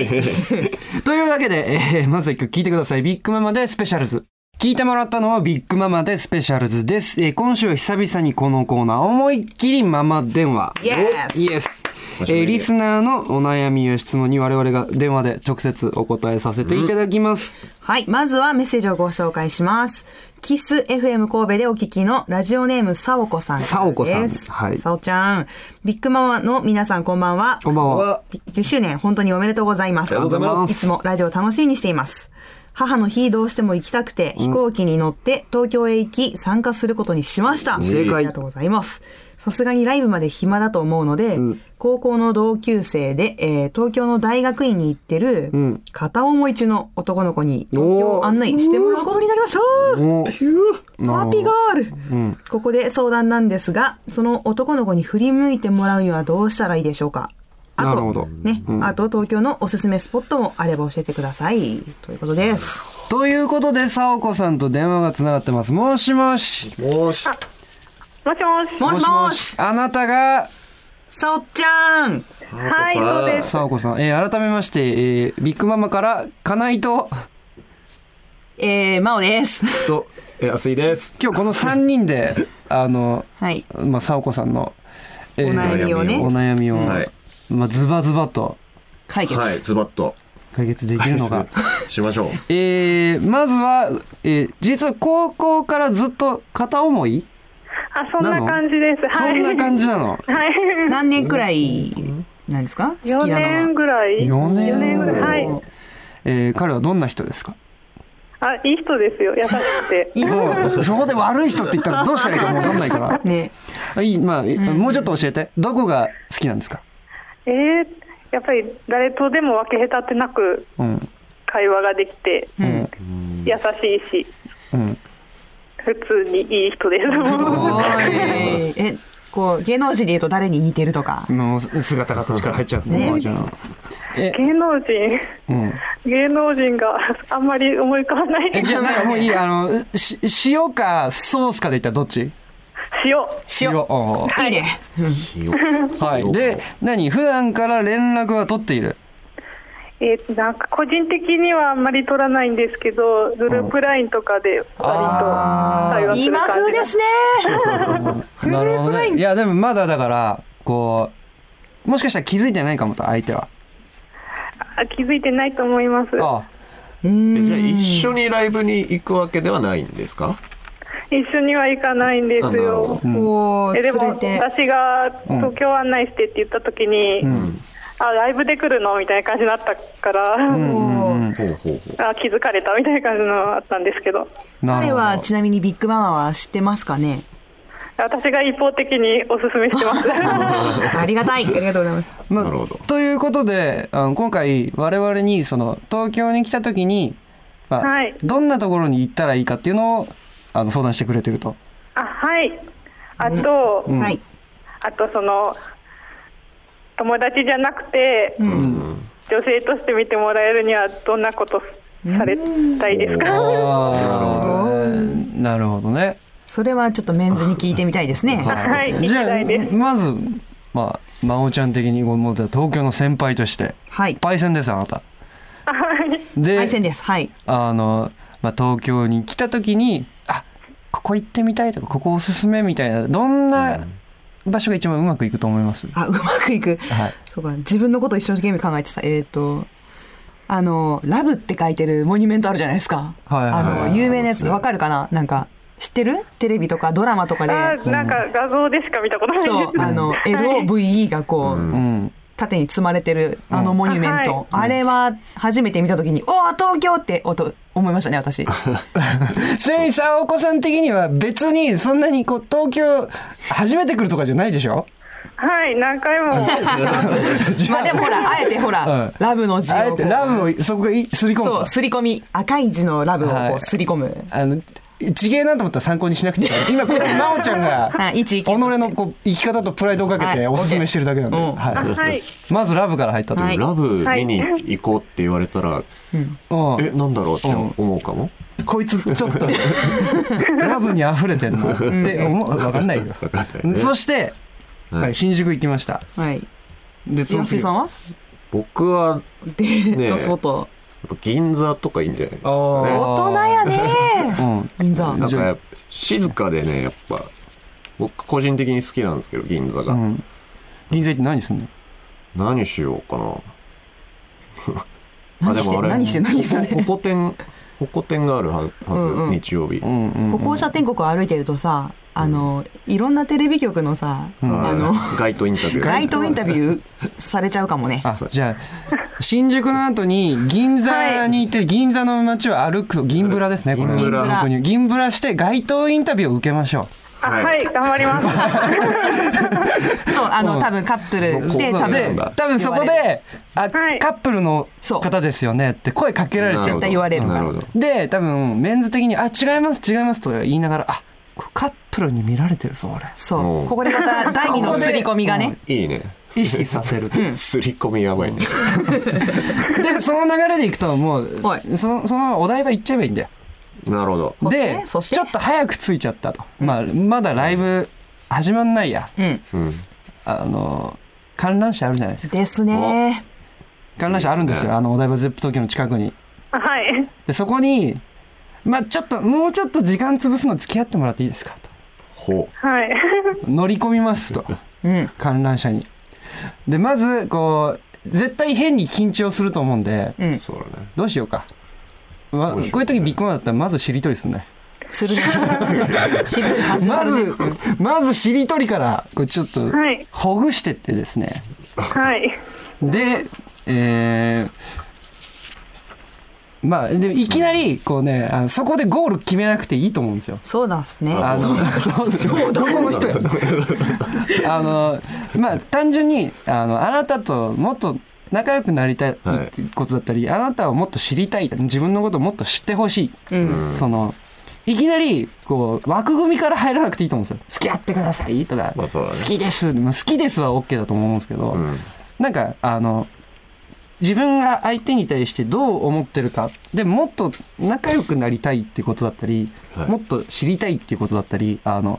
という わけで、えーまずは一曲聴いてください「ビッグママでスペシャルズ」。聞いてもらったのはビッグママでスペシャルズです。えー今週は久々にこのコーナー、思いっきりママ電話。
Yes
イエスえーリスナーのお悩みや質問に我々が電話で直接お答えさせていただきます。
はい。まずはメッセージをご紹介します。キス FM 神戸でお聞きのラジオネームさおこさんから
さおこさん
です。
はい
さおちゃん。ビッグママの皆さんこんばんは。
こんばんは。
10周年本当におめでとうございます。
ありがとうございます
いつもラジオ楽しみにしています。母の日どうしても行きたくて、飛行機に乗って東京へ行き参加することにしました。
正解
ありがとうございます。さすがにライブまで暇だと思うので、高校の同級生で、えー東京の大学院に行ってる、片思い中の男の子に東京を案内してもらうことになりました
お
ハッピーガール、ここで相談なんですがその男の子に振り向いてもらうにはどうしたらいいでしょうかあ
なるほ
と
ど、
ねあと東京のおすすめスポットもあれば教えてくださいということです
ということで、さおこさんと電話がつながってます。もしもし。
もし。
もしもし。
もしもし
あなたが、
さおちゃん
はい、そうです。
さおこさん。えー改めまして、えービッグママから、かないと、
えー、まおです
と、え、安いです。
今日この3 人で、あの、
はい
まあ、さおこさんの、えー
お悩みをね
お悩みを、
はい
まあ、ズバズバと
解決、
はい、ズバッと。
解決できるのが。
しましょう。
えーまずは、えー実は高校からずっと片思い、
あ、そんな感じです。は
そ
い。
んな感じなの。
はい。
何年くらいなんですか好き
4
なの
年
は。
ぐらい。
4年
四ぐらい。はい。
えー彼はどんな人ですか
あ、いい人ですよ。優しくて
いい
もう そこで悪い人って言ったらどうしたらいいかもわかんないから。
ね
あいい、まあ、えもうちょっと教えて。どこが好きなんですか
えー、 やっぱり誰とでも分け隔てなく
うん。
会話ができて、
ん
優しいし、
うん。
普通にいい人です。
おーいえこう芸能人で言うと誰に似てるとか
もう姿形から入っちゃう。
ね
もうじゃあえ、
芸能人、
うん。
芸能人があんまり思い浮かばない
え、。じゃあなんかもういい、あの、し塩かソースかで言ったらどっち
塩。
塩
お ー
いいね
はい。で、何普段から連絡は取っている。
えーなんか個人的にはあんまり取らないんですけど、グループラインとかで割と会話する
今
感
風
じが
ですね
なるほどね。いや、でもまだだから、こう、もしかしたら気づいてないかもと、相手は。
あ気づいてないと思います。
ああ
えじゃあ一緒にライブに行くわけではないんですか
一緒には行かないんです
なるほ
よ
ど。
こう
えで
連
も
れて
私が東京案内してって言った時に、あライブで来るのみたいな感じになったから、
こう
ほうほうほう。
あ気づかれたみたいな感じのあったんですけど
なる
彼
ほ
は
ど。
ちなみにビッグママは知ってますか ね
私が一方的におすすめしてます
ありがたいありがとうございます
まあ
なるほど
ということであの今回我々にその東京に来た時に、まあ
はい
どんなところに行ったらいいかっていうのをあの相談してくれてると。
あはいあと、
はい
あとその友達じゃなくて、女性として見てもらえるにはどんなことされたいですか
あーなるほどね。
それはちょっとメンズに聞いてみたいですね。
はい行き
じゃ
たいで
あ、まず、まあ、真央ちゃん的にごもう東京の先輩として、
はい。
パイセンです、あなた。
はい
で、
配線です。はい。
あの、まあ、東京に来た時に、あここ行ってみたいとか、ここおすすめみたいな、どんな場所が一番うまくいくと思います、
あ、うまくいく。
はい。
そうか、自分のこと一生懸命考えてた。えっ、と、あの、ラブって書いてるモニュメントあるじゃないですか。
はいはいはい
あの、有名なやつ、わかるかななんか、知ってるテレビとかドラマとか
あ
で。
ーなんか画像でしか見たことないです
そう、あ の、
はい
LOVE がこう、
うん。
縦に積まれてるあのモニュメント、あれは初めて見た時に「おお東京!」って音思いましたね私
ちなみにさ、お子さん的には別にそんなにこう、東京、初めて来るとかじゃないでしょ
はい何回 も
まあでもほらあえてほら、
うん
ラブの字を
あえ
こう
てラブをそこがいすり込む
そうすり込み赤い字のラブを
は
こ
いう
すり込む、
あの地芸なんと思ったら参考にしなくていいから今これ真央ちゃんが
はい一意
己
見として
のこう生き方とプライドをかけ
は
て
い
おすすめしてるだけなんで、
OK うん
はい
はい
まずラブから入ったと、
はい
ラブ見に行こうって言われたら、
うん
え、なんだろうって思うかも。
こいつち ょっとラブに溢れてんのって思う分かんないよ
わかんないね
そして、はい、新宿行きました
はい
でその
岩瀬
次
さんは
僕は、
デート
え
外、
やっぱ銀座とかいいんじゃないですか
あ
ね。
大人やね
うん
銀座
なんかやっぱ静かでね、やっぱ、僕個人的に好きなんですけど、銀座
う
が。
ん銀座行って何すんの
何しようかな。
何して何して何して
ここここ店、ここ店があるはず、はず
うんうん
日曜日。
うんうん
歩行者天国を歩いてるとさあのいろんなテレビ局のさ、あの
街頭インタビ ュー。
街頭インタビューされちゃうかもね
あじゃあ新宿の後に銀座に行って銀座の街を歩くと銀ブラですねこれ
銀ブラ
本当に銀ブラして街頭インタビューを受けましょ
あはい頑張りま す
そうあ
う
の
ん
多分カップルで
そ
多
う
うで
分
ん
多分そこで「あ
はい
カップルの
そう
方ですよね」って声かけられちゃ
な
う
ほど
絶対言われるから
なるほど。
で多分メンズ的に「あ違います違います」と言いながら「あこれカップルに見られてるぞ俺
そううんここでまた第二の刷り込みがね
いいね。」
意識さ せる
すり込みやばいね。
でその流れでいくともう
はい
そそのままお台場行っちゃえばいいんだよ
なるほど。
で
そして
ちょっと早く着いちゃったと、まあ、まだライブ始まんないや
うん
うん。
あの観覧車あるじゃないですか
ですね
観覧車あるんです
いいです
よ
ね
あのお台場 ZEP 東京の近くに
はい
でそこに、まあ、ちょっともうちょっと時間潰すの付き合ってもらっていいですか
ほ
はい
と 乗り込みますと
うん
観覧車にでまずこう絶対変に緊張すると思うんで
う
う。
ん
そうだね。
どうしようかわ
どうしようね
こういう時ビッグマンだったらまずしりとりすんね
するね知る始ま
ま
るね
ずまずしりとりからこうちょっと
はい
ほぐしてってですね、
はい
で、えーまあ、でもいきなり、こうね、あのそこでゴール決めなくていいと思うんですよ。
そうなんすね
あの、そうどこの人や。あの、まあ、単純に、あの、あなたともっと仲良くなりたい
はい
ってことだったり、あなたをもっと知りたい、自分のことをもっと知ってほしい。
うん
その、いきなり、こう、枠組みから入らなくていいと思うんですよ。付き合ってくださいとか、
まあそうだ
好
ね
きです、まあ好きですは OK だと思うんですけど、
うん。
なんかあの自分が相手に対してどう思ってるかでもっと仲良くなりたいってことだったり、
はい
もっと知りたいっていうことだったりあの、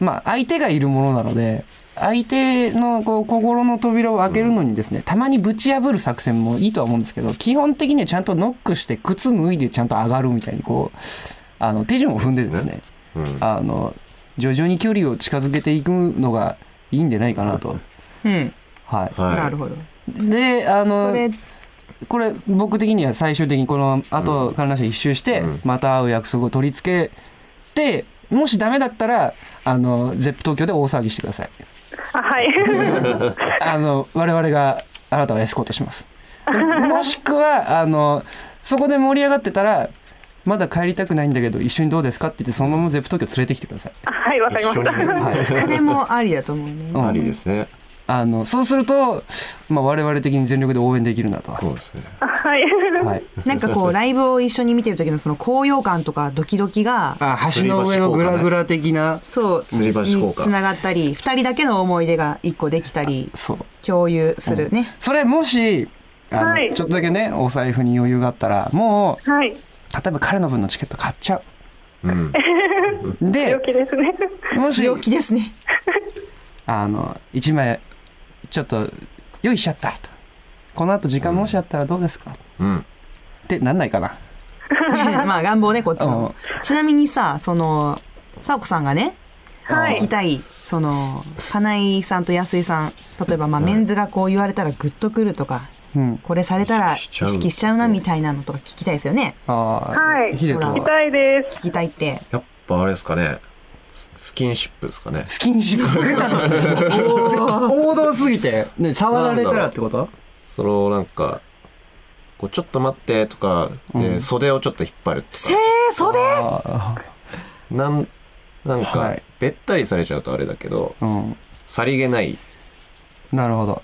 まあ、相手がいるものなので相手のこう心の扉を開けるのにですね、たまにぶち破る作戦もいいとは思うんですけど基本的にはちゃんとノックして靴脱いでちゃんと上がるみたいにこうあの手順を踏んでですね
うん。
あの徐々に距離を近づけていくのがいいんじゃないかなと。
うん
はい、
はい。
なるほど
であの
それ
これ僕的には最終的にこのあと観覧車一周して、
うん
また会う約束を取り付けてもしダメだったらあのゼップ東京で大騒ぎしてくだ さい
あ はい
あの我々があなたをエスコートしますもしくはあのそこで盛り上がってたらまだ帰りたくないんだけど一緒にどうですかって言ってそのままゼップ東京連れてきてください、
あはいわかりまし
一緒に
た
ねはい
それもありだと思うね
あり
うん、
ですね。
あのそうすると、まあ、我々的に全力で応援できるなと、
そうですね。
はい
はい、
なんかこうライブを一緒に見てる時のその高揚感とかドキドキが
あ
橋の上のグラグ
ラ的な
そう
吊り橋効
に
果
つながったり二人だけの思い出が一個できたり
そう
共有するね
それもしあの
はい
ちょっとだけねお財布に余裕があったらもう
はい。
例えば彼の分のチケット買っちゃ
うん。
う で
強気ですね。
もし
強気ですね。
あの1枚ちょっと用意しちゃったとこの後時間もしあったらどうですか、
うん。
ってなんないかな
まあ願望ねこっち の。 ちなみにさその佐和子さんがね
は
聞き
い。
たいその金井さんと安井さん例えばまあメンズがこう言われたらグッとくるとか
うん
これされたら意
意識しちゃう
識しちゃうなみたいなのとか聞きたいですよね。
ああ
はい
ヒデと
ほ
行き
は
たいです。
聞きたいって。
やっぱあれですかね。ススキンシップですかね。
スキンシップ出たんですね王道すぎて、ね、 触られたらってこと
そのなんか、こうちょっと待ってとか、で、
うん
袖をちょっと引っ張ると
せー
か。
それ
あ
なん、なんか、
はい
べったりされちゃうとあれだけど、
ーうん
さりげない
なるほど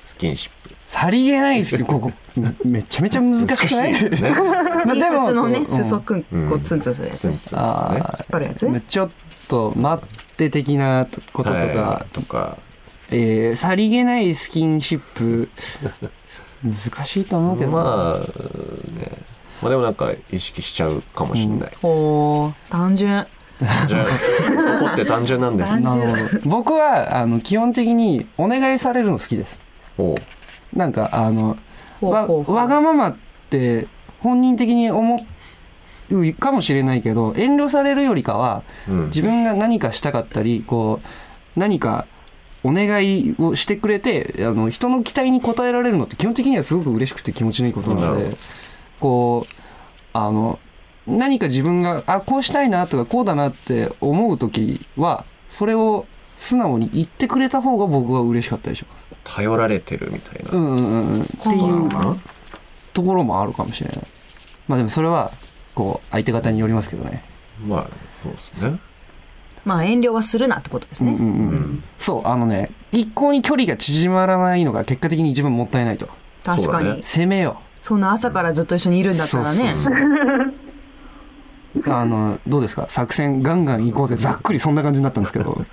スキンシップ。
さりげないですけ どここめめちゃめちゃ難しくない
難しいですね。
ま
T
あ
シ
でも
ャツのね
うん
裾くんこうツンツンするやつ
ツ
ね
ンツンとかね
あ。
引っ張るやつ
ーちょっと待って的なこととか、
はいとか、
えーさりげないスキンシップ難しいと思うけどな、
まあ、ね。まあでもなんか意識しちゃうかもしんない。
ほー単純。
じゃあ、怒って単純なんで
単
す。
な
純
るほど僕はあの基本的にお願いされるの好きです
おう
なんかあの
ほう
わ
ほうほう
わがままって本人的に思うかもしれないけど遠慮されるよりかは
うん。
自分が何かしたかったりこう何かお願いをしてくれてあの人の期待に応えられるのって基本的にはすごく嬉しくて気持ちのいいことなの
なるほ
でこうあの何か自分があこうしたいなとかこうだなって思う時はそれを素直に言ってくれた方が僕は嬉しかったりします。
頼られてるみたいな。
うんうんうんうんっていうところもあるかもしれない。まあでもそれはこう相手方によりますけどね。
まあ、そうですね。
まあ遠慮はするなってことです
うん
ね。
うんうんそうあのね一向に距離が縮まらないのが結果的に一番もったいないと
確か
そうだ
に
ね。
攻めよ
そんな朝からずっと一緒にいるんだったらね。
そううあのどうですか作戦ガンガン行こうぜざっくりそんな感じになったんですけ ど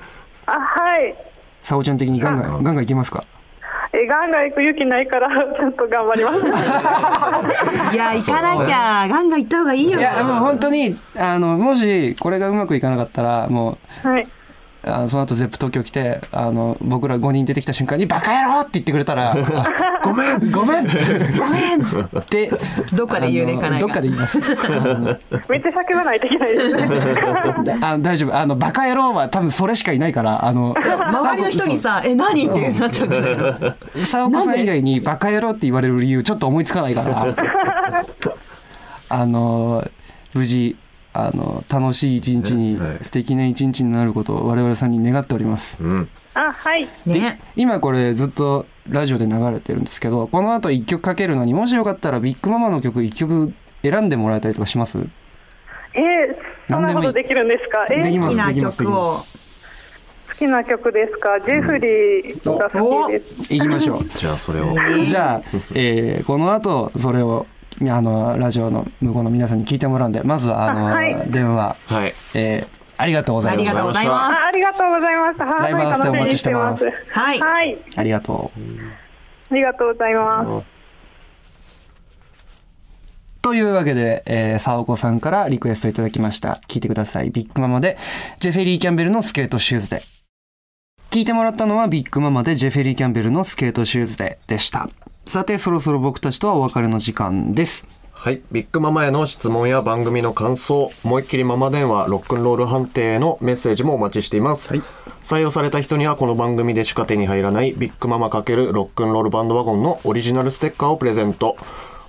あ、はい。
沙織ちゃん的にガンガンガンガン行きますか
え、ガンガン行く勇気ないから、ちょっと頑張ります。
いや行かなきゃガンガン行った方がいい
い
よ。
やもう本当にあのもしこれがうまくいかなかったらも
はい。
うあのその後ゼップ東京来てあの僕ら5人出てきた瞬間に「バカ野郎!」って言ってくれたらあ「ごめんご
ごめ
めん!」
ん。
って
どっかで言うね
あの
かないが
どっかで言います
めっちゃ叫ばないといけないですね。
だあ大丈夫あのバカ野郎は多分それしかいないからあ の
周りの人にさ「え何?」ってなっちゃうじ ゃない
沙岡さん以外にバカ野郎って言われる理由ちょっと思いつかないからあの無事あの楽しい一日に、
ねはい
素敵な一日になることを我々さんに願っております
うん。
あ、はい。
ね
今これずっとラジオで流れてるんですけどこの後一曲かけるのにもしよかったらビッグママの曲一曲選んでもらえたりとかします
えー、そんなこ
何でもいい
とできるんですか。え
でき
ー、
ま
好き
す
な
できますでき
曲
ま
を
す
好きな曲ですか。ジェフリーが好きです。
いきましょう
じゃあ、それを。
じゃあ、えーこの後それをあのラジオの向こうの皆さんに聞いてもらうんでまずはあの
あはい
電話、
はい。
えーありがとうござ
あ
い
り
ま
が
す
とうございま
あ、あ
す
りがとうございました。は
ライブハウスでお待ちしてます
楽しみにして
はい
はい。
ありがとう
ありがとうございます。
というわけで、えー、沙おこさんからリクエストいただきました聞いてくださいビッグママでジェフェリー・キャンベルのスケートシューズで聞いてもらったのはビッグママでジェフェリー・キャンベルのスケートシューズででしたさてそろそろ僕たちとはお別れの時間です
はい。ビッグママへの質問や番組の感想、思いっきりママ電話、ロックンロール判定へのメッセージもお待ちしています。採用された人にはこの番組でしか手に入らないビッグママ×ロックンロールバンドワゴンのオリジナルステッカーをプレゼント。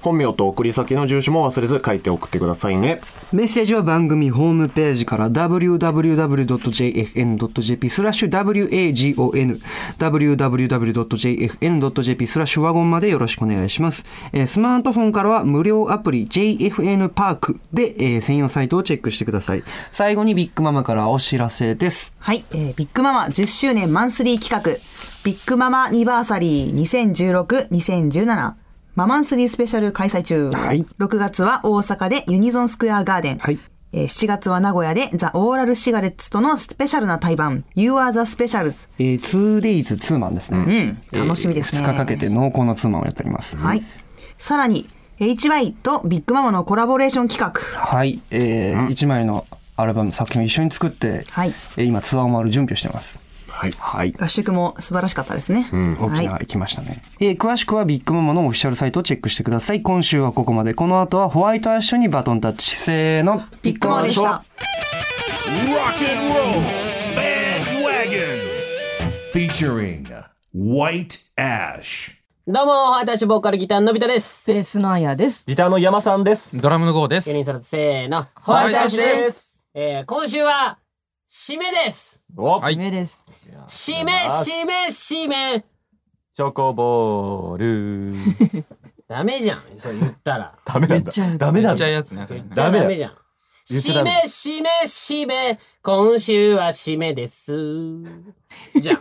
本名と送り先の住所も忘れず書いて送ってくださいね。
メッセージは番組ホームページから www.jfn.jp スラッシュ wagon www.jfn.jp スラッシュワゴンまでよろしくお願いします。えースマートフォンからは無料アプリ JFN パークで、えー専用サイトをチェックしてください。最後にビッグママからお知らせです。
はい、えービッグママ10周年マンスリー企画、ビッグママニバーサリー2016-2017ママンスリースペシャル開催中。
はい
6月は大阪でユニゾンスクエアガーデン。
はい
えー7月は名古屋でザ・オーラル・シガレッツとのスペシャルな対バン You are the Specials。
えー、2days ツーマンです
う
ね。
ん、楽しみですね。
2日かけて濃厚のツーマンをやっております。
はい。さらに、HY とビッグママのコラボレーション企画。
はい、えー一枚のアルバム作品を一緒に作って、
はい
えー今ツアーを回る準備をしてます。
はい。
はい。
合宿も素晴らしかったですね。
沖縄行きましたね、えー詳しくはビッグママのオフィシャルサイトをチェックしてください今週はここまでこの後はホワイトアッシュにバトンタッチせーの
ビッグママでした。
Rock and Roll Bandwagon featuring White Ash.
どうも、ハイタッシュボーカルギターののび太です。
ベースのあやです。
ギターの山さんです。
ドラムの号です
4人揃ってせーの、ホ。
ワイトアッシュです
えー、今週は、締めです。
お、
はい
めです。
締め、締め、締め。
チョコボ ール。
ダメじゃん、そう言ったら。
ダメなんだ。ダメなんだ。
やつね。
じゃあダメじゃん。
言っちゃ
締
ダ
め
メ、
締め、締め。今週は締めです。じゃん。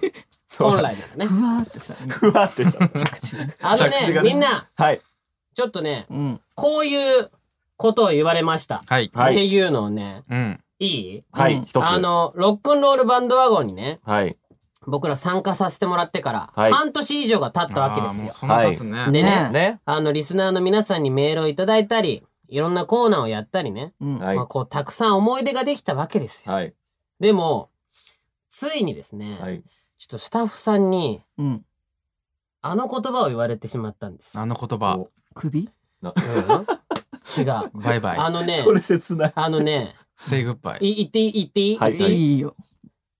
本来ならね。
うわーってした。
ふわってした。
あの
着地
ね
が、ね
みんな、
はい。
ちょっとね、
うん。
こういうことを言われました。
はい。
は
って
い。
いうのをね、
うん。
いい
はい。
うん
一つ。
あの、ロックンロールバンドワゴンにね、
はい。
僕ら参加させてもらってから、
はい
半年以上が経ったわけですよ。
その経つね。
でね、
ね
ね。
あの、リスナーの皆さんにメールをいただいたり、いろんなコーナーをやったりね、
うん。
はい
まあ、。こう、たくさん思い出ができたわけですよ。
はい。
でも、ついにですね、
はい。
ちょっとスタッフさんに、
うん。
あの言葉を言われてしまったんです。
あの言葉。
首
うん違う。
バイバイ。
あのね、
それ切ない。
あのね、
セイグッバイ。
い言っていい言っていい
はい
言っていい
いいよ。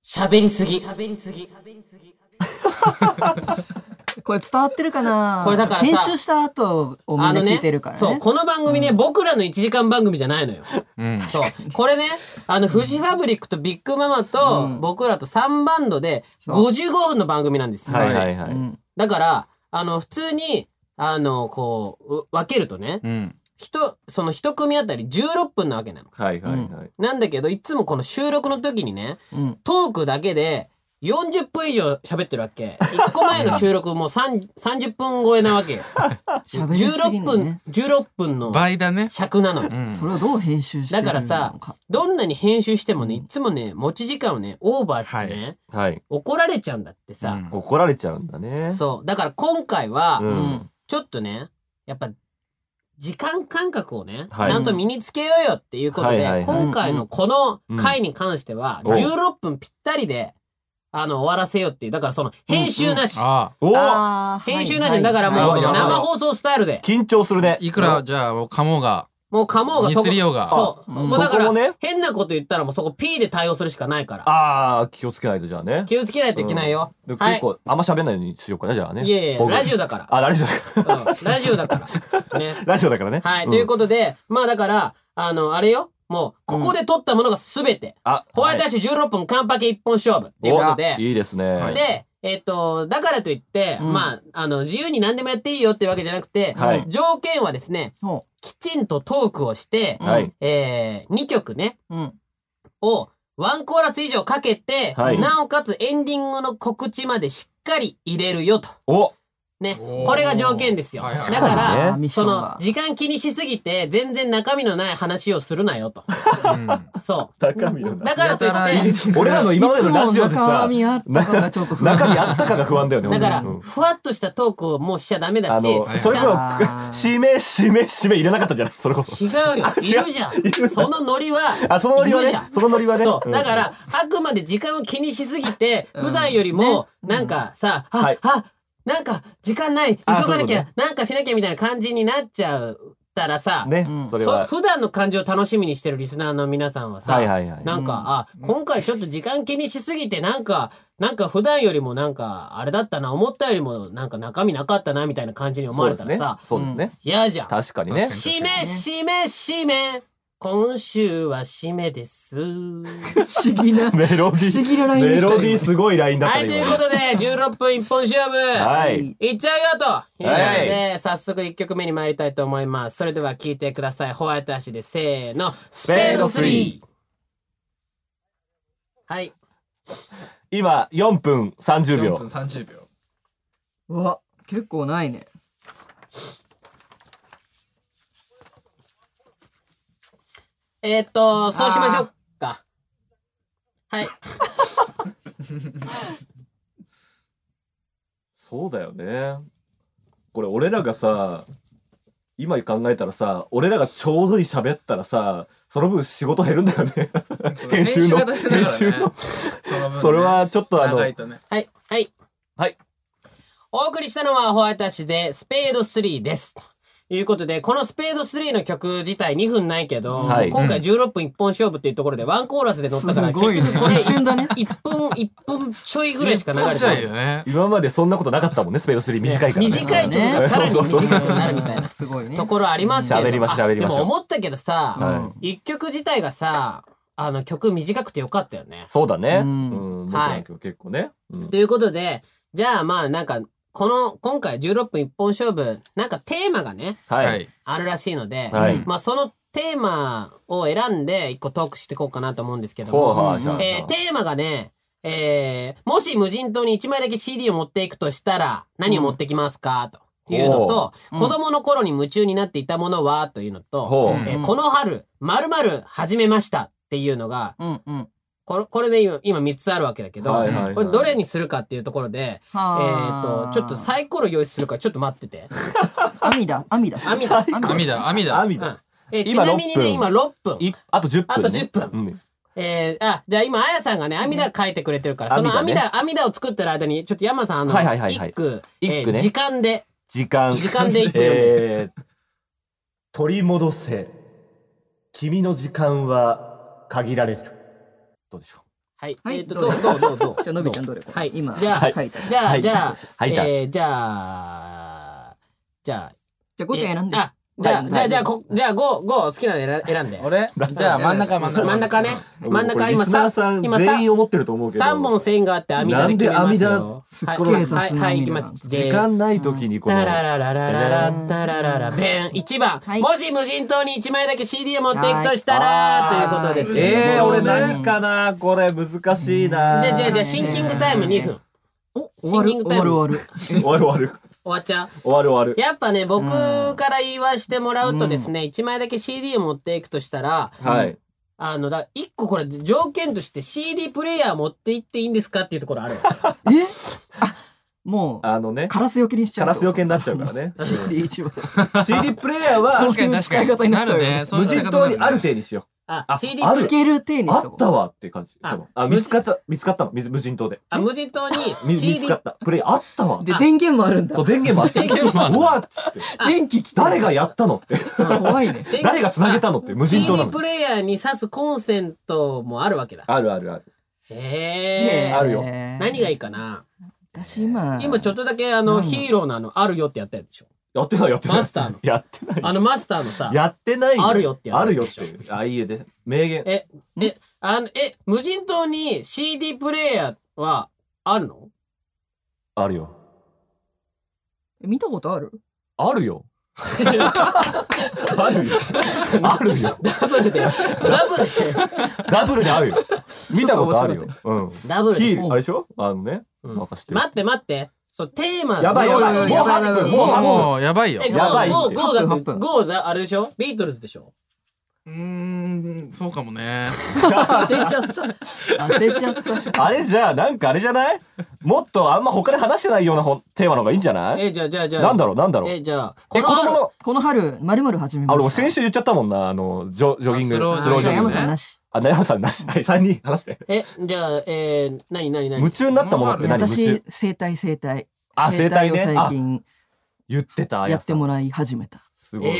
喋りすぎ。喋りすぎ。
これ伝わってるかな
これだからさ
編集した後をみんな聞いてるからね。
そう、この番組ね、僕らの1時間番組じゃないのよ。
うん。
そう。これね、あの、フジファブリックとビッグママと、
うん
僕らと3バンドで、55分の番組なんですよ。
はいはいは
う
い。
ん。
だから、あの、普通に、あの、こうう、分けるとね、
うん。
一、その一組あたり16分なわけなの。
はいはいはい。
なんだけど、いつもこの収録の時にね、
うん。
トークだけで、40分以上喋ってるわけ。1個前の収録も3 30分超えなわけよ。
喋りすぎ
16
んの
分
ね。、
16分の
倍だね。
尺なのよ
う。ん。
それをどう編集してるの
だからさどんなに編集してもね、いつもね、持ち時間をね、オーバーしてね、
はい。
怒られちゃうんだってさ。
う
怒られちゃうんだね。
そう。だから今回は、
うん
うん。
ちょっとね、やっぱ、時間感覚をね、
はい
ちゃんと身につけようよっていうことで、
はいはいはい
今回のこの回に関しては、
うん
16分ぴったりで、あの、終わらせようっていう。だからその、編集なし。
あ
おお
あー
編集
は
ないし、だからも
は
う
いはい
生放送スタイルで、
緊張する
あ
ね。。
いくら、じゃあ、カモが。
もうかもうがそこ、
ミスりようが
そう。
あ
もうだか
そこ
ら、
をね
変なこと言ったらもうそこ P で対応するしかないから。
ああ、気をつけないとじゃあね。
気をつけないといけないよ。
で
はい
結構、あんま喋んないようにしようかな、じゃあね。
いやいや、
僕
ラジオだか
あ、ラジオだから。
ら。うんラジオだから。ね。
ラジオだからね。
はい、
ん
ということで、まあだから、あの、あれよ。もう、ここで撮ったものが全て。
あ、
ホワイトア
は
ッシュ16分、カンパケ一本勝負。ということ
い
で。
いいですね。
で、えっと、だからといって、
うん
まあ、あの、自由に何でもやっていいよっていうわけじゃなくて、
はい
条件はですね、
ほ
きちんとトークをして、
はい。
えー、2曲ね、
ううん。
を、ワンコーラス以上かけて、
はい
なおかつエンディングの告知までしっかり入れるよと。
お
ね。
おー
これが条件ですよ。
はいはい
だか
そ
ら
うだ、ね
あーミッシ
そ
ョン
の
が
時間気にしすぎて全然中身のない話をするなよと。
うん。
そ
中身の
う。だからといって、
俺らの今までのラジオで
い
さ
つも中身あったかがちょっと不安
中身あったかが不安だよね。
だから
う、ん
ふわっとしたトークをもうしちゃダメだ
あ
し、
の、それ
ち
こそ、
あー
締め、締め、締め入れなかったんじゃないそれこそ。
ゃん違うよ。いるじゃ
いる
ん。そのノリは、
あ、そのノリはい
るじゃ
ね
ん。。
そのノリはね。
そう。
ん
だか、ら、あくまで時間を気にしすぎて、普段よりも、なんかさ、
は、
はいは、なんか、時間ない、急
あ
がな
そう
き
いう
ゃ、なんかしなきゃみたいな感じになっちゃうたらさ、
ね
う、ん
それ
そう
は。
普段の感じを楽しみにしてるリスナーの皆さんはさ、
はいはいはい。
なんか、あ、今回ちょっと時間気にしすぎて、なんか、なんか普段よりもなんか、あれだったな、思ったよりもなんか中身なかったな、みたいな感じに思
そ
わ
う
れ
です
たら
ね
さ。、
そうですね。
嫌じゃん。
確かにね。
確
締め、締め、締め。今週は締めです。
不思議な。
メロデ
不思
ィー。
議なラインでし
メ
たね
ロディーすごいラインだっ
は
た
い、と
ね
いう
今
ことで、16分一本勝負。
はい。
いっちゃうよということ
は
で、早速1曲目に参りたいと思います。それでは聴いてください。ホワイト足でせーの、ス
ペード
3
3
はい。
今、4分30
4
秒
分。30秒。
うわ、結構ないね。
えーっと、そうしましょうか。 はい。
そうだよね。これ俺らがさ、今考えたらさ、俺らがちょうどいい喋ったらさ、その分仕事減るんだよね。編集の。編集の。それはちょっとあの、
はい、はい。
はい。
お送りしたのはホワイトアッシュで、スペード3です。ということで、このスペード3の曲自体2分ないけど、
はい
今回16分一本勝負っていうところでワンコーラスで乗ったから、
すごいね
結局これ
一瞬だ
1分、1分ちょいぐらいしか流れてない。
今までそんなことなかったもんね、スペード3短いから、
短い曲がさらに短くなるみたいなところありますけど、
喋りましょう
あ
喋りましょ
で
う
も思ったけどさ
は、
一曲自体がさ、あの曲短くてよかったよね。
そうだね。うん。僕
はい
らの曲結構ね。うん
ということで、じゃあまあなんか、この、今回16分一本勝負、なんかテーマがね、
はい。
あるらしいので、
はい
まあそのテーマを選んで一個トークしていこうかなと思うんですけど
ほう
も、
ほうじゃあ
えーテーマがね、えーもし無人島に1枚だけ CD を持っていくとしたら何を持ってきますか、というのと、
ほう
子供の頃に夢中になっていたものはというのと
ほ、う
えーこの春、まるまる始めましたっていうのが、
うんうん。
これこれで今今3つあるわけだけど、
はいはいはい
これどれにするかっていうところで、え
は
ー
あ
とちょっとサイコロ用意するからちょっと待ってて。
網だ網だ
網だ
網だ網だ
網
だえーちなみにね今6分
いあと10分、ね。
あと10分
うん
えーあじゃあ今あやさんがね網だ書いてくれてるから、その網
網
だ
だ
網だ,、を作ってる間にちょっと山さんあの、
はいはいはいはい
一句、えー
一句ね
時間で
時間。
時間で一分
えー取り戻せ。君の時間は限られる。どうでしょう。
はい、
はい
えーと
ど
ど
う
う
ぞ
どうどうど う
じゃあのびちゃんどれ
はい
今
じゃあ、
書いた
じゃあ、
はい
じゃあ、
書いた
えーじゃあじゃあ
じゃあゴちゃん選んで
えーあじゃあ、
はい
じゃあ、じゃあ、こじゃあ、ゴー、ゴー、好きなの選選んで。俺
じゃあ真ん中真ん中
真ん中ね。真ん
こ
中、
れリ
今
スナ
さ
ーさん、
今さ
全、員思ってると思うけど。
三本線があって、網
な
田で
ん
決
で
めま
網
す
だ
よ。
すっ
はい、
ごい
はい、はいはい、いきます。
時間ない時にこの。
タララララララタラララベン1番、もし無人島に1枚だけ CD を持っていくとしたらということですけども
えー、俺何かなこれ難しいな。
じゃあじゃあじゃあシンキングタイム2分シンキングタイム終
終わる終わる。終わる終わる。
わっちゃう
終わる終わる。
やっぱね僕から言わしてもらうとですね、一1枚だけ CD を持っていくとしたら、
はい。
あのだ1個これ条件として CD プレイヤー持って行っていいんですかっていうとこ ろあるわ
もう
あのね。
カラスよけにしちゃう
カラスよけになっちゃうからね。
CD 一番
CD プレイヤーは
確かに確かに
そういう使い方になっちゃうよ
なるねそうい
無
う使い方になる
人島にある程にしよう。
あ
あ
CD
あ
プレイ
る
ヤ
る
ー
程に
あったわって感じ。そのあ見つかった見つかったの水無人島で。
あ無人島に
み
CD
見つかった。プレイあったわ。
で電源もあるんだ
そう電源もあって。
電源もある
うわっつって。
電気来た
誰がやったのって。
怖いね
誰が繋げたのって無人島な
CD
の
プ。レイヤーに挿すコンセントもあるわけだ
あるあるある。
へえ
あるよ
何がいいかな
私今
今ちょっとだけあの
なんだ
ヒーローのあのあるよってやったやつでしょ
やってないやってない。
マスターの
やってない。
あのマスターのさ
やってないよ。
あるよってやつ
あるよって。あ、いいえで。名言。
ええあのえ無人島に CD プレイヤーはあるの
あるよ。
見たことある
あるよ。あるよ。あるよ。
ダブルでダブルで
ダブルであるよ。見たことあるよ。うん。
ダブルで
ヒール、あれでしょあのね。なんか知ってる
待って待ってそうテーマ
やばいやばい
無人島に
も
ある
う半分もう半分
もうやばいよ
えゴ
やばい
ー
って
ゴーゴーだって
半分
ゴーだあれでしょビートルズでしょ
うーんそうかも ね
当てちゃった
あれじゃあ、なんかあれじゃないもっとあんま他で話してないようなほんテーマの方がいいんじゃない
えじゃあじゃあじゃあ
なんだろうなんだろう
えじゃあ
え子供の、
この春まるまる始め
あ、
ま
俺
した
先週言っちゃったもんな、あの、ジョジョギング。
あ
ス
スロ
ロ
ー
ージョギング、
じゃあ山さんなし。
あ、山さんなし。はい、3人話して。
えじゃあえー何何何
夢中になったものって何夢
私
中。
生体生体
あ、
整
生
体
体
を
ね。
最
あ
近、
言ってた、
や
や
ってもらい始めた
すごい。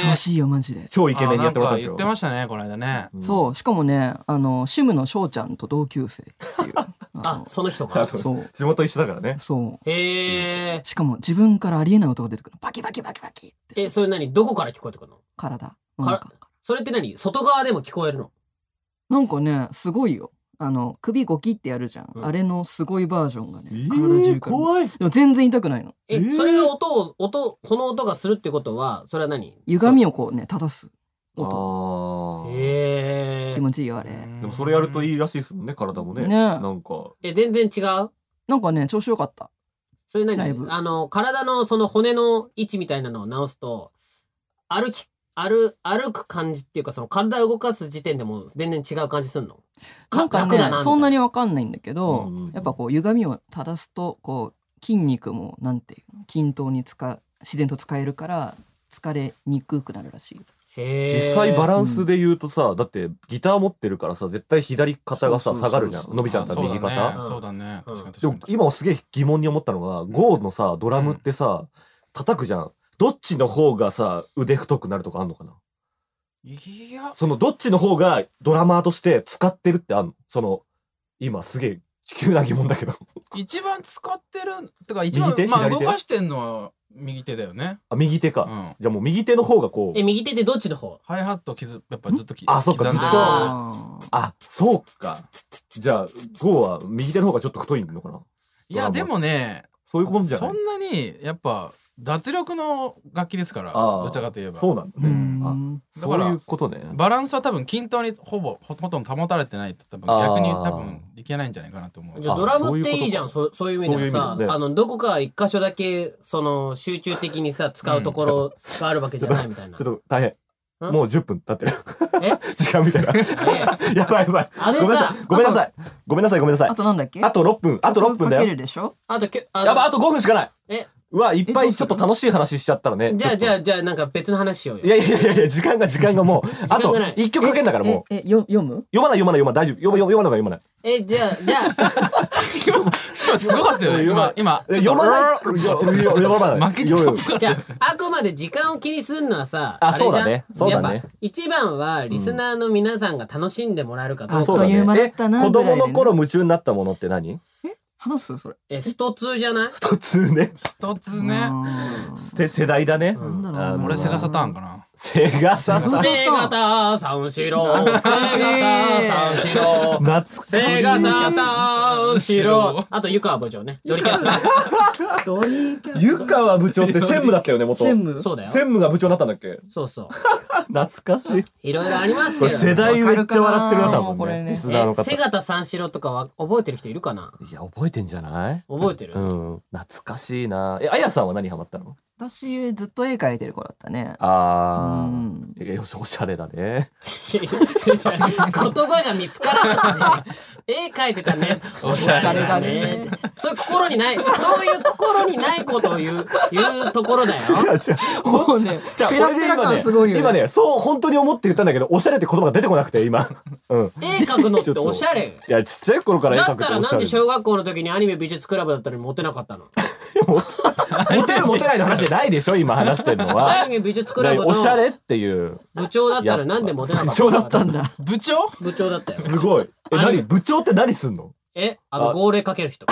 調子いいよマジで
超イケメンにやってもらった
あ
でし
なんか言
ょ
って。ましたねこの間ね
そうしかもねあのシムの翔ちゃんと同級生
あその人 が
そう
地元一緒だからね。
そう
へえ
しかも自分からありえない音が出てくるバキバキバキバキ
えそれ何どこから聞こえてくるの
体
からそれって何外側でも聞こえるの
なんかねすごいよあの首ゴキってやるじゃん、
うん
あれのすごいバージョンがね、
ー
体中から
怖い
でも全然痛くないの
え、それが音を音その音がするってことはそれは何
歪みをこうね正す
あー
へ
気持ちいいよあれ
でもそれやるといいらしいですもんね、体もね。
ね
なんか。
え全然違う
なんかね調子よかった
それ何
ライブ
あの体のその骨の位置みたいなのを直すと歩き歩歩く感じっていうかその体を動かす時点でもう全然違う感じすんの
なんか
楽だなみたい
ね
な
そんなにわかんないんだけど、やっぱこう歪みを正すとこう筋肉もなんていうの均等に使う自然と使えるから疲れにくくなるらしい。
実際バランスで言うとさ、だってギター持ってるからさ絶対左肩がさ
そうそう
下
そ
が
う
るじゃん伸びちゃっ
そ
た
うだね
右肩
そうだね確かに
でも今すげえ疑問に思ったのがゴーのさドラムってさ、叩くじゃんどっちの方がさ腕太くなるとかあんのかない
や
そのどっちの方がドラマーとして使ってるってあんのその今すげえ急な疑問だけど
一番使ってるてか一番
右手
まあ
左
動
手
かしてんのは右手だよね
あ右手か、じゃあもう右手の方がこう
え右手でどっちの方
ハイハット傷やっぱずっとき
あそっか
刻ん
ずっ
で
と
る
あそうかじゃあゴーは右手の方がちょっと太いのかないド
や
ラムは
でもね
そういうもんじゃない
そんなにやっぱ脱力の楽器ですから
あー
どちらかといえば
そうなんだねあ
だから
そういうことね
バランスは多分均等にほぼほとんど保たれてないと多分
あー
逆に多分いけないんじゃないかなと思う
じゃあドラムっていいじゃん
あ
そうそういう意味では
そういう意
さ
味だね
あのどこか一箇所だけその集中的にさ使うところがあるわけじゃないみたい な
ちょっと大変
ん
もう10分経ってる 時間 みたいなやばいやばい
あれさ
ごめんなさいごめんなさいごめんなさいごめんなさいあと
なんだっけ
あと6分あと6分だよ
でしょ
あとけあの
やばいあと5分しかない
え
うわいっぱいちょっと楽しい話しちゃったらね
じゃあじゃ
あ
あじゃあなんか別の話しようよ
いやいやいやいや時間が時間がも うあ
間
と
がない
1曲かけんだからもう
えよ読む
読まない読まない読まない大丈夫読ま読まない読まない
えじゃあじゃあ
今すごかったよね今今
え読まないいやいや読まない
負けちゃった
じゃああくまで時間を気にするのはさ
あ
れじゃん
そうだねそうだね
やっぱ一番はリスナーの皆さんが楽しんでもらえるかどうか
そだねえ子供の
え
頃夢中になったものって何
話すそれ
えスト2じゃない
一つね
ストツね
世世代だねあの
俺セガサターンかな
セガサターン
セガタ三四郎セガタ三四郎
懐
セガサ三四郎あと湯川部長ねドリキャス
ドリキ
湯川部長って専務だったよね元
専務そうだよ
専務が部長になったんだっけ
そうそう
懐かしい
いろいろありますけど
これ世代めっちゃ笑ってるな多分ねリスナーの
え
方
セガタ三四郎とかは覚えてる人いるかない
や覚えてんじゃない
覚えてる
うん懐かしいなえあやさんは何ハマったの
私ずっと絵描いてる子だったね。
あーえおしおしゃれだね
言葉が見つからなかったね。絵描いてたね。
おしゃれだね
おしゃれだねそういう心にない、そういう心にないことを言う、言うところだよ。
もうね
じゃあ
ペラ
俺
ペ
で
ラ
今
感
ね
すごいよね
今ねそう本当に思って言ったんだけどおしゃれって言葉が出てこなくて今うん
絵描くのっておしゃ
い
れ。
やちっちゃい頃から絵
だ
描
っ
くったて
ら
おし
な
ゃ
ん
れ
で小学校の時にアニメ美術クラブだったのにモテなかったの
モテるモテないの話じゃないでしょ今話してるの
ア
は
ニメ美術クラブ
おしゃ
の
れっていう
部長だったらなんでモテなかったの
部長だったん
だ
部長
部長だったよ。
すごいえ何部長って何すんの
え、あの、
あ
号令かける人。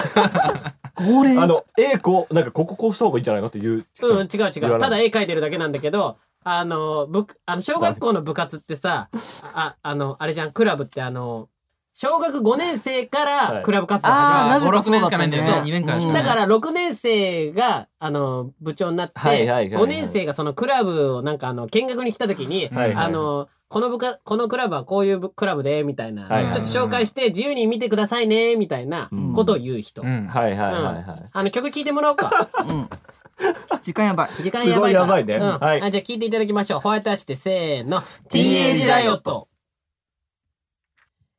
号令
あの A 子なんかこここうした方がいいんじゃないのっていう
うん、違う違
言わ
う。
な
た
い
だ絵描いてるだけなんだけど、あの、ぶあの小学校の部活ってさ、あ、あの、あれじゃん、クラブってあの、小学5年生からクラブ活動
あーなぜ
る
かそうだったね5 6年しかないんだよね
そう
2年間しかない
だから6年生が、あの、部長になって、
はいはいはいはい
5年生がそのクラブをなんかあの、見学に来た時
はい
に、
はいはい
あの、この部活このクラブはこういう部クラブで、みたいな、
はいはいはい
ちょっと紹介して自由に見てくださいね、みたいなことを言う人。
うんはいはいはいはい
あの曲聴いてもらおうか。
時間やばい。
時間やばいから。
すごいやばいね
うん
はい
あじゃあ聞いていただきましょう。ホワイトアッシュでせーの。ティーエイジライオット。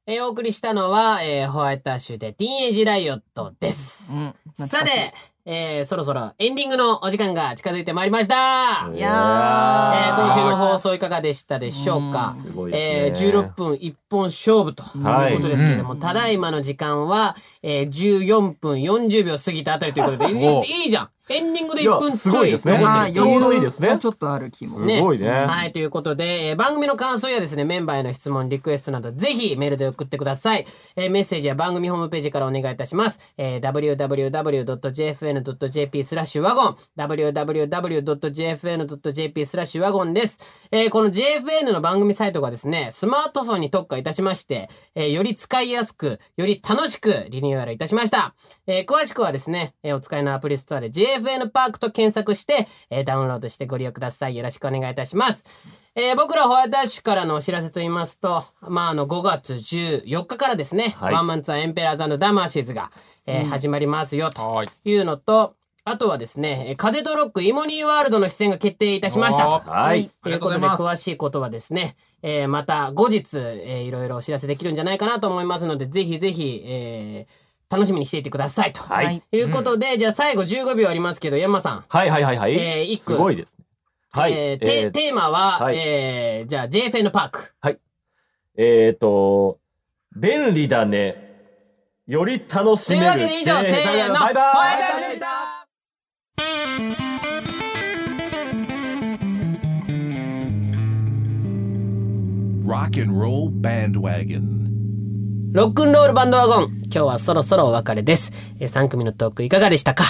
えーお送りしたのは、えーホワイトアッシュでティーエイジライオットです。さて、えーそろそろエンディングのお時間が近づいてまいりました。
いや
えー今週の放送いかがでしたでしょうか。えー、16分一本勝負と
はい
いうことですけれども、ただいまの時間は、えー、14分40秒過ぎたあたりということで、い
お
いいいじゃん。エンディングで1分ちょい残ってる。
すね。ちょっとある気も。
ねはい、ということで、えー番組の感想やですね、メンバーへの質問、リクエストなど、ぜひメールで送ってください。えーメッセージは番組ホームページからお願いいたします。えー www.jfn.jp スラッシュワゴン、www.jfn.jp スラッシュワゴンです。えーこの JFN の番組サイトがですね、スマートフォンに特化いたしまして、えーより使いやすく、より楽しくリニューアルいたしました。えー詳しくはですね、えーお使いのアプリストアで JFN パークと検索して、えーダウンロードしてご利用ください。よろしくお願いいたします。えー僕らホワイトアッシュからのお知らせと言いますと、まあ、あの5月14日からですね、
はい
ワンマンツアーエンペラーズダマーシーズが、えー
うん
始まりますよというのと、あとはですね、えー風とロックイモニーワールドの出演が決定いたしましたと。
おーはい
ということで、
ありがとうござい
詳しいことはですね、えーまた後日、えーいろいろお知らせできるんじゃないかなと思いますので、ぜひぜひ、えー楽しみにしていてくださいと。、
はい
うことで、じゃあ最後15秒ありますけど、山さん。
はいはいはいはい。
えー一句
すごいですね。はい。
えーて
えー
テーマは、
はい
えーじゃあ JFN パーク。
はい。えっ、と、便利だね。より楽し
と
め
い
る。
うわけで以上、せーの、
バイバイ
ホワイトアイスでした
イ Rock and Roll Bandwagon.
ロックンロールバンドワゴン今日はそろそろお別れです、えー、3組のトークいかがでしたか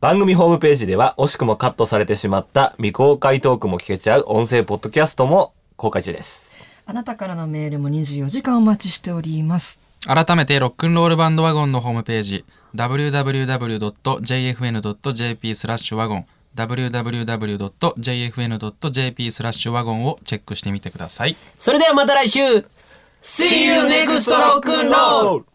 番組ホームページでは惜しくもカットされてしまった未公開トークも聞けちゃう音声ポッドキャストも公開中です。
あなたからのメールも24時間お待ちしております。
改めてロックンロールバンドワゴンのホームページ www.jfn.jp スラッシュワゴン www.jfn.jp スラッシュワゴンをチェックしてみてください
それではまた来週 See you next rock and roll!